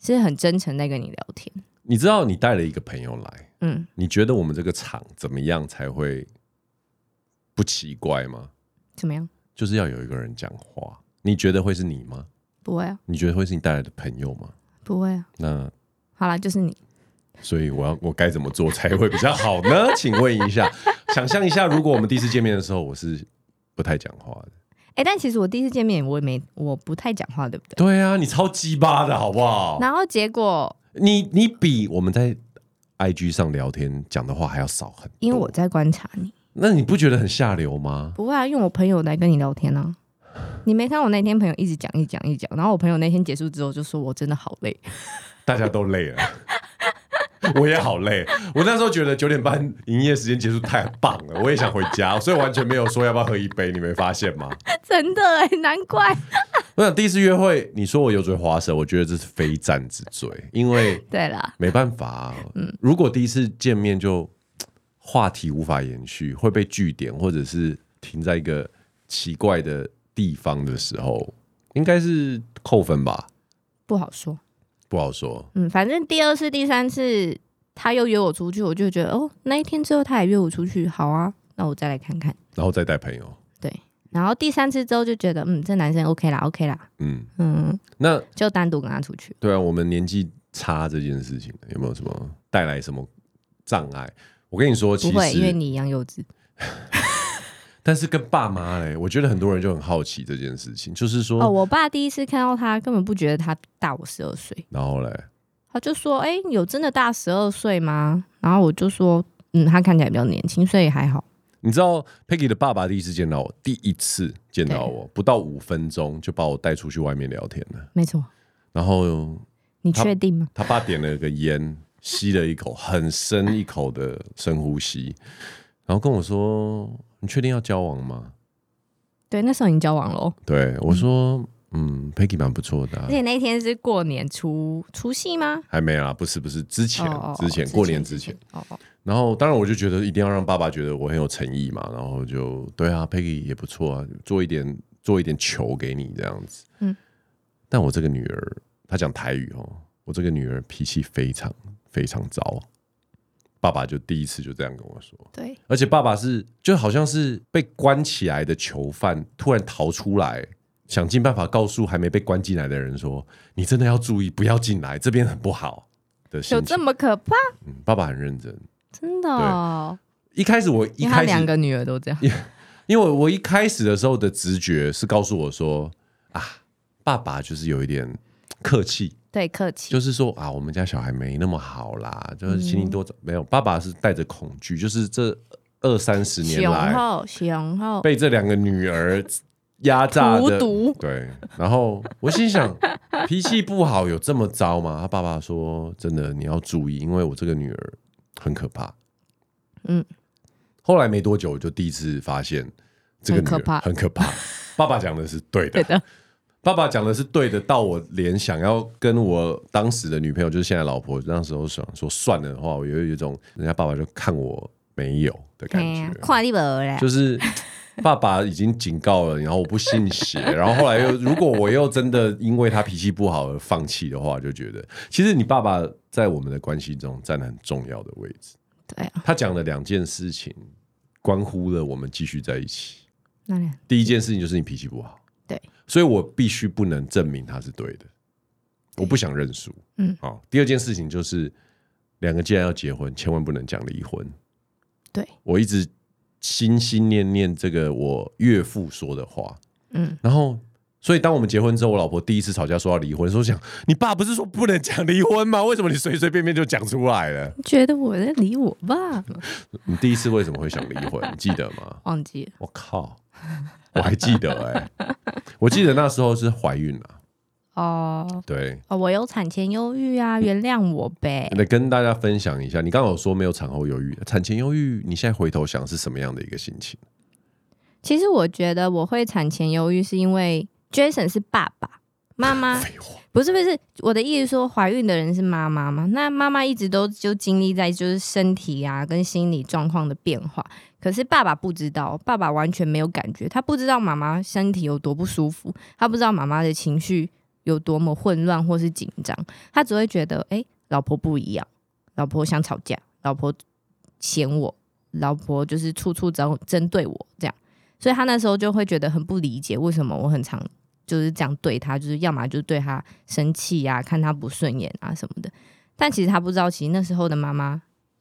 Speaker 2: 是很真诚在跟你聊天。
Speaker 1: 你知道你带了一个朋友来，
Speaker 2: 嗯，
Speaker 1: 你觉得我们这个场怎么样才会不奇怪吗？
Speaker 2: 怎么样？
Speaker 1: 就是要有一个人讲话，你觉得会是你吗？
Speaker 2: 不会啊，
Speaker 1: 你觉得会是你带来的朋友吗？
Speaker 2: 不会啊。
Speaker 1: 那
Speaker 2: 好啦，就是你，
Speaker 1: 所以我要我该怎么做才会比较好呢？请问一下，想象一下，如果我们第一次见面的时候，我是不太讲话的。
Speaker 2: 哎、但其实我第一次见面，我也没，我不太讲话，对不对？
Speaker 1: 对啊，你超鸡巴的好不好？
Speaker 2: 然后结果，
Speaker 1: 你你比我们在 IG 上聊天讲的话还要少很多。
Speaker 2: 因为我在观察你，
Speaker 1: 那你不觉得很下流吗？
Speaker 2: 不会啊，因为我朋友来跟你聊天啊。你没看我那天朋友一直讲一直讲一直讲，然后我朋友那天结束之后就说我真的好累，
Speaker 1: 大家都累了。 我也好累，我那时候觉得九点半营业时间结束太棒了，我也想回家，所以完全没有说要不要喝一杯，你没发现吗？
Speaker 2: 真的哎、难怪。
Speaker 1: 我想第一次约会，你说我油嘴滑舌，我觉得这是非战之罪，因为
Speaker 2: 对啦，
Speaker 1: 没办法、啊，如果第一次见面就话题无法延续，会被据点或者是停在一个奇怪的地方的时候，应该是扣分吧，
Speaker 2: 不好说。
Speaker 1: 不好说。
Speaker 2: 嗯，反正第二次、第三次他又约我出去，我就觉得哦，那一天之后他也约我出去，好啊，那我再来看看。
Speaker 1: 然后再带朋友，
Speaker 2: 对，然后第三次之后就觉得，嗯，这男生 OK 啦，OK 啦，
Speaker 1: 嗯，
Speaker 2: 嗯，
Speaker 1: 那
Speaker 2: 就单独跟他出去。
Speaker 1: 对啊，我们年纪差这件事情有没有什么带来什么障碍？我跟你说，其
Speaker 2: 不
Speaker 1: 实
Speaker 2: 会，因为你一样幼稚。
Speaker 1: 但是跟爸妈嘞，我觉得很多人就很好奇这件事情，就是说，
Speaker 2: 哦，我爸第一次看到他，根本不觉得他大我十二岁，
Speaker 1: 然后嘞，
Speaker 2: 他就说：“哎、有真的大十二岁吗？”然后我就说：“嗯，他看起来比较年轻，所以还好。
Speaker 1: 你知道 Peggy 的爸爸第一次见到我，第一次见到我不到五分钟就把我带出去外面聊天了，”
Speaker 2: 没错，
Speaker 1: 然后
Speaker 2: 你
Speaker 1: 他
Speaker 2: 确定吗？
Speaker 1: 他爸点了个烟，吸了一口很深一口的深呼吸，然后跟我说：“你确定要交往吗
Speaker 2: 对，那时候已经交往了哦，？”
Speaker 1: 对我说：“嗯，Peggy 蛮不错的啊、
Speaker 2: 而且那一天是过年除除夕吗？
Speaker 1: 还没啦，不是不是，之前、
Speaker 2: 哦哦
Speaker 1: 之前过年之前，
Speaker 2: 哦哦，
Speaker 1: 然后当然我就觉得一定要让爸爸觉得我很有诚意嘛，然后就对啊，Peggy 也不错啊，做一点做一点球给你这样子。嗯
Speaker 2: 嗯，
Speaker 1: 但我这个女儿，她讲台语哦，我这个女儿脾气非常非常糟，爸爸就第一次就这样跟我说，
Speaker 2: 对，
Speaker 1: 而且爸爸是就好像是被关起来的囚犯突然逃出来。想尽办法告诉还没被关进来的人说：“你真的要注意，不要进来，这边很不好。”的心
Speaker 2: 有
Speaker 1: 情
Speaker 2: 这么可怕？
Speaker 1: 嗯，爸爸很认真。
Speaker 2: 真的、哦，
Speaker 1: 一开始我一
Speaker 2: 因为他
Speaker 1: 开始
Speaker 2: 两个女儿都这样。
Speaker 1: 因为我一开始的时候的直觉是告诉我说啊，爸爸就是有一点客气，
Speaker 2: 对，客气，
Speaker 1: 就是说啊，我们家小孩没那么好啦，就是请你多找、没有。爸爸是带着恐惧，就是这二三十年
Speaker 2: 雄
Speaker 1: 来
Speaker 2: 厚，雄厚，
Speaker 1: 被这两个女儿压榨
Speaker 2: 荼
Speaker 1: 的，
Speaker 2: 毒。
Speaker 1: 对，然后我心想，脾气不好有这么糟吗？他爸爸说，真的你要注意，因为我这个女儿很可怕。嗯
Speaker 2: 嗯，
Speaker 1: 后来没多久，我就第一次发现这个女儿
Speaker 2: 很可怕
Speaker 1: 很可 怕。爸爸讲的是对的，
Speaker 2: 对的，
Speaker 1: 爸爸讲的是对的，到我连想要跟我当时的女朋友，就是现在老婆，那时候想说算了的话，我有一种人家爸爸就看我没有的感
Speaker 2: 哎
Speaker 1: 觉
Speaker 2: 呀，，跨地了嘞
Speaker 1: 就。是爸爸已经警告了，然后我不信 邪，然后后来又如果我又真的因为他脾气不好而放弃的话，就觉得其实你爸爸在我们的关系中占了很重要的位置。
Speaker 2: 对啊，
Speaker 1: 他讲了两件事情，关乎了我们继续在一起。
Speaker 2: 那两
Speaker 1: 第一件事情就是你脾气不好，
Speaker 2: 对，
Speaker 1: 所以我必须不能证明他是对的，我不想认输。
Speaker 2: 嗯，
Speaker 1: 好、第二件事情就是两个既然要结婚，千万不能讲离婚。
Speaker 2: 对，
Speaker 1: 我一直心心念念这个我岳父说的话，
Speaker 2: 嗯，
Speaker 1: 然后。所以，当我们结婚之后，我老婆第一次吵架说要离婚，说想你爸不是说不能讲离婚吗？ 为什么你随随便便就讲出来了？
Speaker 2: 觉得我在理我爸，
Speaker 1: 你第一次为什么会想离婚？你记得吗？
Speaker 2: 忘记了
Speaker 1: 我靠，我还记得哎、我记得那时候是怀孕了、
Speaker 2: 哦。
Speaker 1: 对，
Speaker 2: 哦，我有产前忧郁啊，原谅我呗。
Speaker 1: 那跟大家分享一下，你刚刚有说没有产后忧郁，产前忧郁，你现在回头想是什么样的一个心情？
Speaker 2: 其实我觉得我会产前忧郁，是因为 Jason 是爸爸，妈妈
Speaker 1: 废话，
Speaker 2: 不是不是，我的意思说，怀孕的人是妈妈嘛？那妈妈一直都就经历在就是身体啊跟心理状况的变化，可是爸爸不知道，爸爸完全没有感觉，他不知道妈妈身体有多不舒服，他不知道妈妈的情绪有多么混乱或是紧张，他只会觉得哎、诶老婆不一样，老婆想吵架，老婆嫌我，老婆就是处处针针对我这样，所以他那时候就会觉得很不理解，为什么我很常就是这样对他，就是要么就是对他生气呀、看他不顺眼啊什么的。但其实他不知道，其实那时候的妈妈，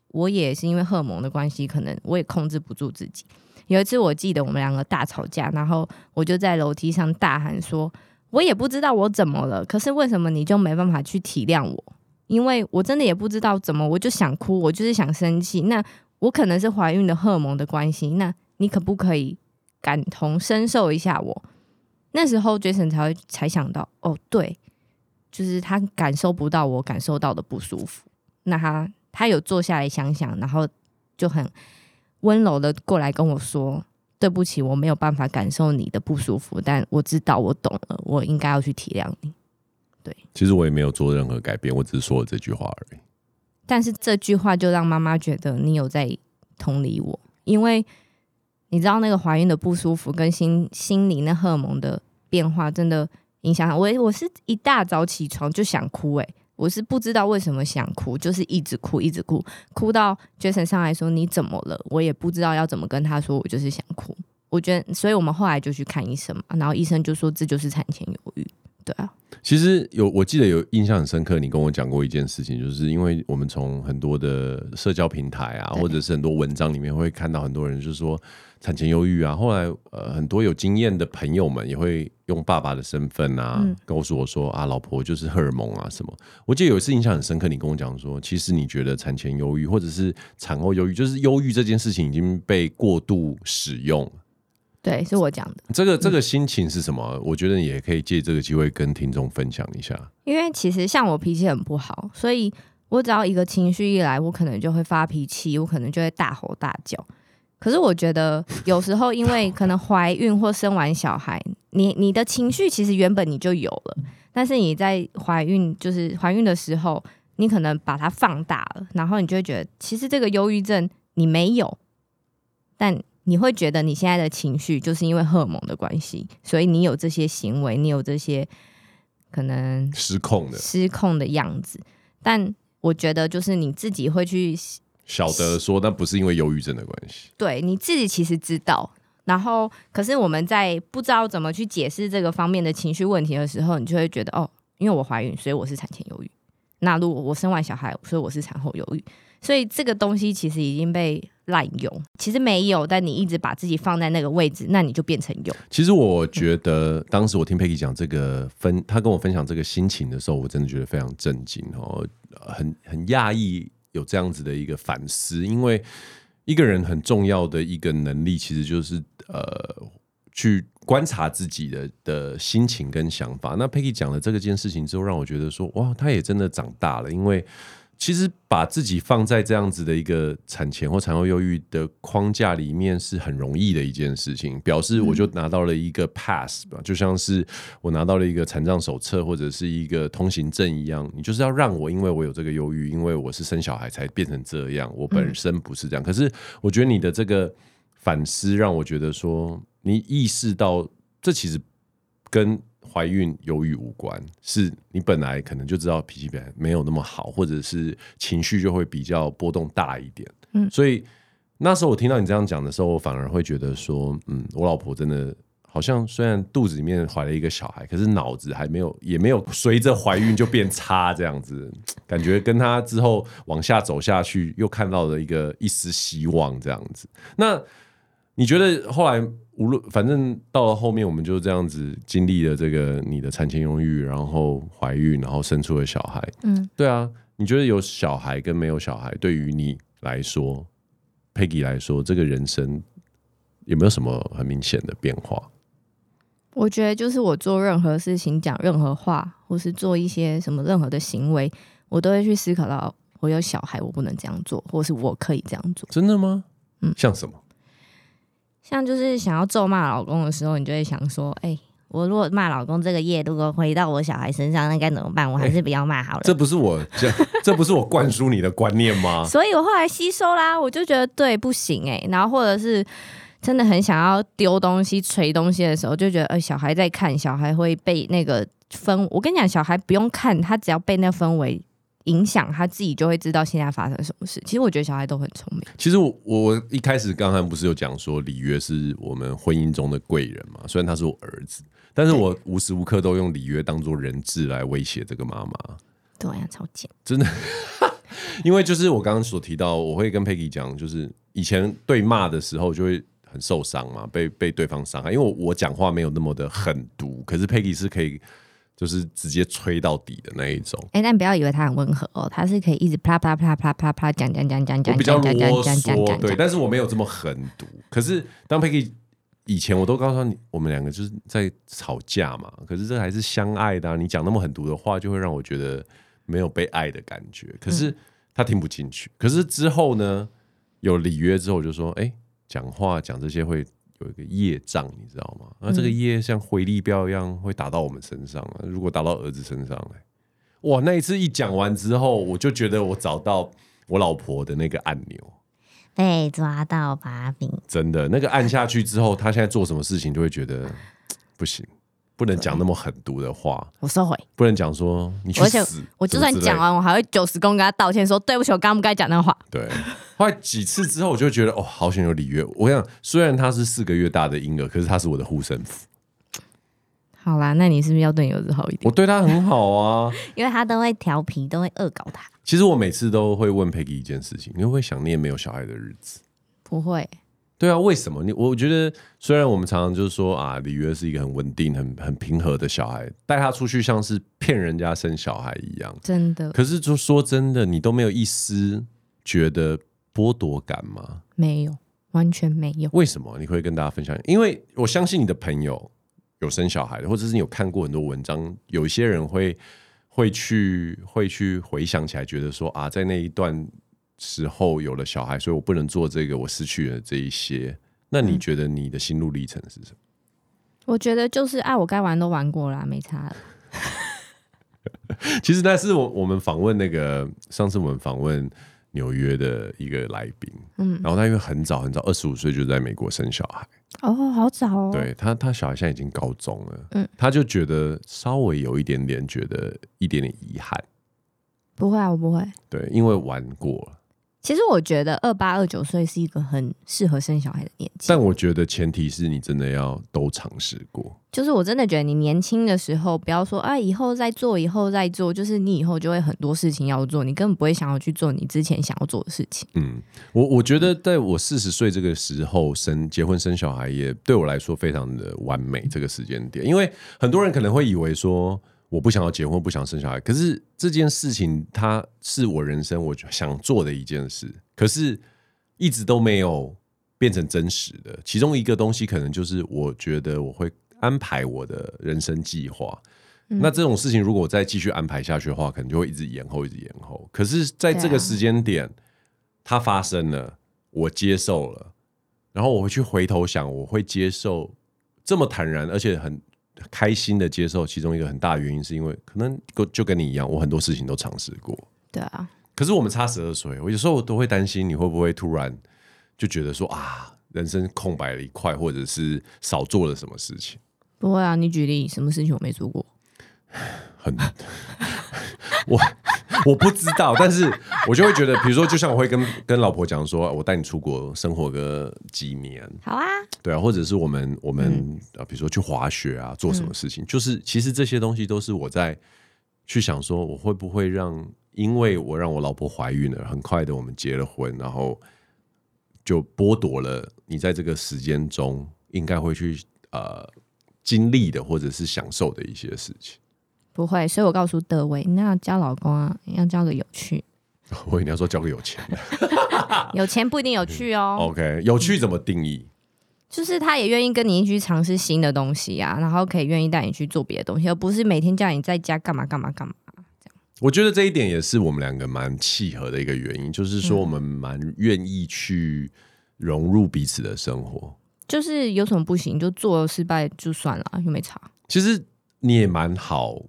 Speaker 2: 我也是因为荷尔蒙的关系，可能我也控制不住自己。有一次我记得我们两个大吵架，然后我就在楼梯上大喊说：“我也不知道我怎么了，可是为什么你就没办法去体谅我？因为我真的也不知道怎么，我就想哭，我就是想生气。那我可能是怀孕的荷尔蒙的关系，那你可不可以感同身受一下我？”那时候 Jason 才会才想到，哦，对，就是他感受不到我感受到的不舒服。那他他有坐下来想想，然后就很温柔的过来跟我说：“对不起，我没有办法感受你的不舒服，但我知道，我懂了，我应该要去体谅你。
Speaker 1: 其实我也没有做任何改变，我只是说了这句话而已。”
Speaker 2: 但是这句话就让妈妈觉得你有在同理我，因为你知道那个怀孕的不舒服跟心心里那荷尔蒙的变化真的影响很我。我是一大早起床就想哭、欸，诶，我是不知道为什么想哭，就是一直哭，一直哭，哭到 Jason 上来说你怎么了？我也不知道要怎么跟他说，我就是想哭。我觉得，所以我们后来就去看医生嘛，然后医生就说这就是产前忧郁，对啊，
Speaker 1: 其实有，我记得有印象很深刻，你跟我讲过一件事情，就是因为我们从很多的社交平台啊，
Speaker 2: 对
Speaker 1: 或者是很多文章里面会看到很多人就说产前忧郁啊，后来呃很多有经验的朋友们也会用爸爸的身份啊，
Speaker 2: 嗯
Speaker 1: 告诉我说啊，老婆就是荷尔蒙啊什么。我记得有一次印象很深刻，你跟我讲说，其实你觉得产前忧郁或者是产后忧郁，就是忧郁这件事情已经被过度使用，
Speaker 2: 对，是我讲的。
Speaker 1: 这个这个心情是什么？我觉得你也可以借这个机会跟听众分享一下。
Speaker 2: 因为其实像我脾气很不好，所以我只要一个情绪一来，我可能就会发脾气，我可能就会大吼大叫。可是我觉得有时候因为可能怀孕或生完小孩，你你的情绪其实原本你就有了，但是你在怀孕就是怀孕的时候，你可能把它放大了，然后你就会觉得其实这个忧郁症你没有，但你会觉得你现在的情绪就是因为荷尔蒙的关系，所以你有这些行为，你有这些可能
Speaker 1: 失控的，
Speaker 2: 失控的样子。但我觉得就是你自己会去，
Speaker 1: 晓得说那不是因为忧郁症的关系，
Speaker 2: 对你自己其实知道。然后，可是我们在不知道怎么去解释这个方面的情绪问题的时候，你就会觉得哦，因为我怀孕，所以我是产前忧郁。那如果我生完小孩，所以我是产后忧郁。所以这个东西其实已经被滥用，其实没有，但你一直把自己放在那个位置，那你就变成有。
Speaker 1: 其实我觉得当时我听 Peggy 讲这个分，他跟我分享这个心情的时候，我真的觉得非常震惊哦，呃很很讶异有这样子的一个反思，因为一个人很重要的一个能力，其实就是呃去观察自己的的心情跟想法。那 Peggy 讲了这个件事情之后，让我觉得说，哇，他也真的长大了，因为其实把自己放在这样子的一个产前或产后忧郁的框架里面是很容易的一件事情，表示我就拿到了一个 pass 吧，就像是我拿到了一个残障手册或者是一个通行证一样，你就是要让我因为我有这个忧郁，因为我是生小孩才变成这样，我本身不是这样。可是我觉得你的这个反思让我觉得说，你意识到这其实跟怀孕、忧郁无关，是你本来可能就知道脾气本来没有那么好，或者是情绪就会比较波动大一点。
Speaker 2: 嗯
Speaker 1: 所以那时候我听到你这样讲的时候，我反而会觉得说，嗯，我老婆真的。好像虽然肚子里面怀了一个小孩，可是脑子还没有，也没有随着怀孕就变差这样子，感觉跟她之后往下走下去，又看到了一个一丝希望这样子。那你觉得后来无论反正到了后面，我们就这样子经历了这个你的产前忧郁，然后怀孕，然后生出了小孩。
Speaker 2: 嗯，
Speaker 1: 对啊，你觉得有小孩跟没有小孩，对于你来说，Peggy 来说，这个人生有没有什么很明显的变化？
Speaker 2: 我觉得就是我做任何事情、讲任何话，或是做一些什么任何的行为，我都会去思考到我有小孩，我不能这样做，或是我可以这样做。
Speaker 1: 真的吗？
Speaker 2: 嗯
Speaker 1: 像什么？
Speaker 2: 像就是想要咒骂老公的时候，你就会想说：“哎、我如果骂老公这个业如果回到我小孩身上，那该怎么办？我还是不要骂好了。
Speaker 1: 这不是我这这不是我灌输你的观念吗？
Speaker 2: 所以我后来吸收啦，我就觉得对不行哎、然后或者是真的很想要丢东西、捶东西的时候，就觉得呃小孩在看，小孩会被那个氛，我跟你讲，小孩不用看，他只要被那氛围影响，他自己就会知道现在发生什么事。其实我觉得小孩都很聪明，
Speaker 1: 其实我我一开始刚才不是有讲说李约是我们婚姻中的贵人嘛，虽然他是我儿子，但是我无时无刻都用李约当做人质来威胁这个妈妈，
Speaker 2: 对呀、超贱。
Speaker 1: 因为就是我刚刚所提到，我会跟 Peggy 讲，就是以前对骂的时候就会很受伤嘛，被被对方伤害，因为我我讲话没有那么的狠毒，可是 Peggy 是可以就是直接吹到底的那一种。
Speaker 2: 哎、但不要以为他很温和哦，他是可以一直啪啪啪啪啪啪讲讲讲讲
Speaker 1: 我
Speaker 2: 讲
Speaker 1: 比较
Speaker 2: 讲
Speaker 1: 啰
Speaker 2: 讲讲讲讲
Speaker 1: 嗦，
Speaker 2: 讲
Speaker 1: 对，
Speaker 2: 讲。
Speaker 1: 但是我没有这么狠毒。可是当 Peggy 以前我都告诉他，你我们两个就是在吵架嘛，可是这还是相爱的、啊。你讲那么狠毒的话，就会让我觉得没有被爱的感觉。可
Speaker 2: 嗯
Speaker 1: 是他听不进去。可是之后呢，有里约之后，我就说，哎、讲话讲这些会。有一个业障，你知道吗？那
Speaker 2: 嗯
Speaker 1: 这个业像回力镖一样会打到我们身上啊！如果打到儿子身上哎来，哇！那一次一讲完之后，我就觉得我找到我老婆的那个按钮，
Speaker 2: 被抓到把柄，
Speaker 1: 真的，那个按下去之后，他现在做什么事情就会觉得不行，不能讲那么狠毒的话，
Speaker 2: 我收回。
Speaker 1: 不能讲说你去
Speaker 2: 而且
Speaker 1: 死，
Speaker 2: 我就算
Speaker 1: 什么之类
Speaker 2: 讲
Speaker 1: 的，
Speaker 2: 完，我还会九十公跟他道歉说对不起，我刚刚不该讲那话。
Speaker 1: 对。后来几次之后，我就觉得哦，好想有里约。我想，虽然他是四个月大的婴儿，可是他是我的护身符，
Speaker 2: 好啦，那你是不是要对你儿子好一点
Speaker 1: 我？对他很好啊。
Speaker 2: 因为他都会调皮，都会恶搞他。
Speaker 1: 其实我每次都会问佩奇一件事情：你会不会想念没有小孩的日子？
Speaker 2: 不会，
Speaker 1: 对啊，为什么你？我觉得虽然我们常常就是说啊，里约是一个很稳定、很很平和的小孩，带他出去像是骗人家生小孩一样。
Speaker 2: 真的
Speaker 1: 可是就说真的，你都没有一丝觉得剥夺感吗？
Speaker 2: 没有，完全没有。
Speaker 1: 为什么你会跟大家分享？因为我相信你的朋友有生小孩的，或者是你有看过很多文章，有一些人会会去会去回想起来，觉得说啊，在那一段时候有了小孩，所以我不能做这个，我失去了这一些。那你觉得你的心路历程是什么？
Speaker 2: 我觉得就是啊，我该玩都玩过啦，没差了。
Speaker 1: 其实那是我我们访问那个上次我们访问纽约的一个来宾，嗯，然后他因为很早很早，二十五岁就在美国生小孩，
Speaker 2: 哦，好早哦。
Speaker 1: 对他他小孩现在已经高中了，
Speaker 2: 嗯
Speaker 1: 嗯，他就觉得稍微有一点点觉得一点点遗憾，
Speaker 2: 不会啊，我不会。
Speaker 1: 对，因为玩过了，
Speaker 2: 其实我觉得二八二九岁是一个很适合生小孩的年纪
Speaker 1: 但，我觉得前提是你真的要都尝试过，
Speaker 2: 就是我真的觉得你年轻的时候，不要说啊以后再做，以后再做，就是你以后就会很多事情要做，你根本不会想要去做你之前想要做的事情。
Speaker 1: 嗯，我我觉得在我四十岁这个时候生结婚生小孩也对我来说非常的完美这个时间点，因为很多人可能会以为说我不想要结婚，不想生小孩，可是这件事情它是我人生我想做的一件事，可是一直都没有变成真实的。其中一个东西可能就是我觉得我会安排我的人生计划，
Speaker 2: 嗯
Speaker 1: 那这种事情如果我再继续安排下去的话，可能就会一直延后，一直延后。可是在这
Speaker 2: 对啊
Speaker 1: 个时间点，它发生了，我接受了，然后我会去回头想，我会接受这么坦然，而且很开心的接受。其中一个很大的原因是因为，可能就就跟你一样，我很多事情都尝试过。
Speaker 2: 对啊，
Speaker 1: 可是我们差十二岁，我有时候我都会担心你会不会突然就觉得说啊，人生空白了一块，或者是少做了什么事情。
Speaker 2: 不会啊，你举例什么事情我没做过？
Speaker 1: 很，我我不知道，但是我就会觉得，比如说，就像我会跟跟老婆讲说，我带你出国生活个几年，
Speaker 2: 好啊，
Speaker 1: 对啊，或者是我们我们啊，比如说去滑雪啊，做什么事情，就是其实这些东西都是我在去想说，我会不会让，因为我让我老婆怀孕了，很快的我们结了婚，然后就剥夺了你在这个时间中应该会去呃经历的或者是享受的一些事情。
Speaker 2: 不会。所以我告诉德威，那要交老公啊，要交个有趣，
Speaker 1: 我一定要说交给有钱的。
Speaker 2: 有钱不一定有趣哦。
Speaker 1: OK，有趣怎么定义？
Speaker 2: 就是他也愿意跟你一起去尝试新的东西啊，然后可以愿意带你去做别的东西，而不是每天叫你在家干嘛干嘛干嘛。
Speaker 1: 我觉得这一点也是我们两个蛮契合的一个原因，就是
Speaker 2: 嗯
Speaker 1: 说我们蛮愿意去融入彼此的生活。
Speaker 2: 就是有什么不行就做失败就算了，又没差。
Speaker 1: 其实你也蛮好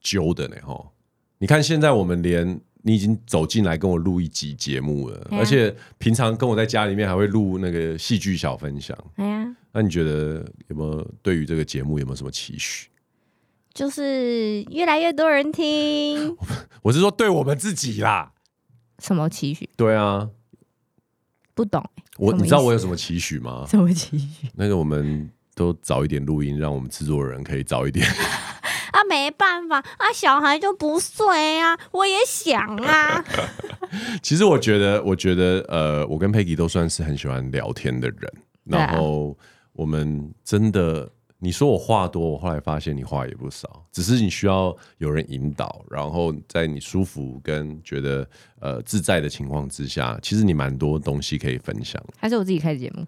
Speaker 1: 揪的呢，吼！你看现在我们连你已经走进来跟我录一集节目了，
Speaker 2: 对啊
Speaker 1: 而且平常跟我在家里面还会录那个戏剧小分享。
Speaker 2: 哎呀，
Speaker 1: 那你觉得有没有对于这个节目有没有什么期许？
Speaker 2: 就是越来越多人听，
Speaker 1: 我是说对我们自己啦。
Speaker 2: 什么期许？
Speaker 1: 对啊，
Speaker 2: 不懂欸、
Speaker 1: 我
Speaker 2: 什么意思
Speaker 1: 你知道我有什么期许吗？
Speaker 2: 什么期 许
Speaker 1: 那个我们都早一点录音，让我们制作人可以早一点。
Speaker 2: 啊？没办法啊，小孩就不睡啊，我也想啊。
Speaker 1: 其实我觉得，我觉得，呃，我跟佩奇都算是很喜欢聊天的人。
Speaker 2: 对啊
Speaker 1: 然后我们真的，你说我话多，我后来发现你话也不少，只是你需要有人引导，然后在你舒服跟觉得呃自在的情况之下，其实你蛮多东西可以分享。
Speaker 2: 还是我自己开节目，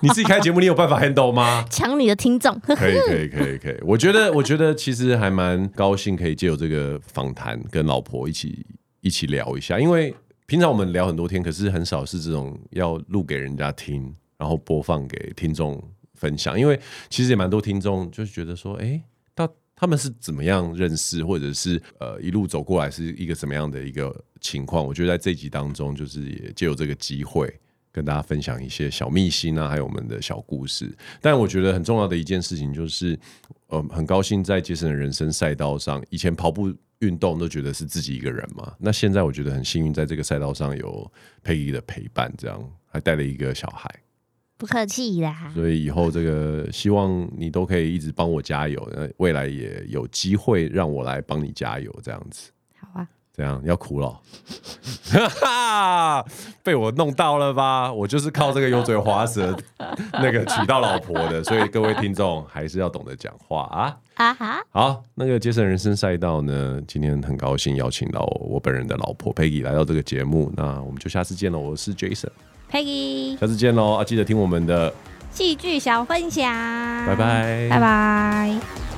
Speaker 1: 你自己开节目，你有办法 handle 吗？
Speaker 2: 抢你的听众。
Speaker 1: 可以，可以，可以，可以。我觉得，我觉得其实还蛮高兴，可以借由这个访谈跟老婆一起一起聊一下，因为平常我们聊很多天，可是很少是这种要录给人家听，然后播放给听众分享。因为其实也蛮多听众就是觉得说，哎，到他们是怎么样认识，或者是呃一路走过来是一个什么样的一个情况？我觉得在这集当中，就是也借由这个机会。跟大家分享一些小秘辛啊，还有我们的小故事。但我觉得很重要的一件事情就是，呃，很高兴在杰森的人生赛道上，以前跑步运动都觉得是自己一个人嘛，那现在我觉得很幸运，在这个赛道上有佩仪的陪伴，这样还带了一个小孩。
Speaker 2: 不客气啦。
Speaker 1: 所以以后这个希望你都可以一直帮我加油，那未来也有机会让我来帮你加油，这样子。
Speaker 2: 好啊，
Speaker 1: 怎样？要哭了、哦？哈哈， 被我弄到了吧？我就是靠这个油嘴滑 舌那个娶到老婆的，所以各位听众还是要懂得讲话啊。
Speaker 2: 啊哈，
Speaker 1: 好，那个杰森人生赛道呢，今天很高兴邀请到我本人的老婆 Peggy 来到这个节目，那我们就下次见喽。我是 Jason，
Speaker 2: ，Peggy
Speaker 1: 下次见喽啊！记得听我们的，
Speaker 2: 戏剧小分享，
Speaker 1: 拜拜，
Speaker 2: 拜拜。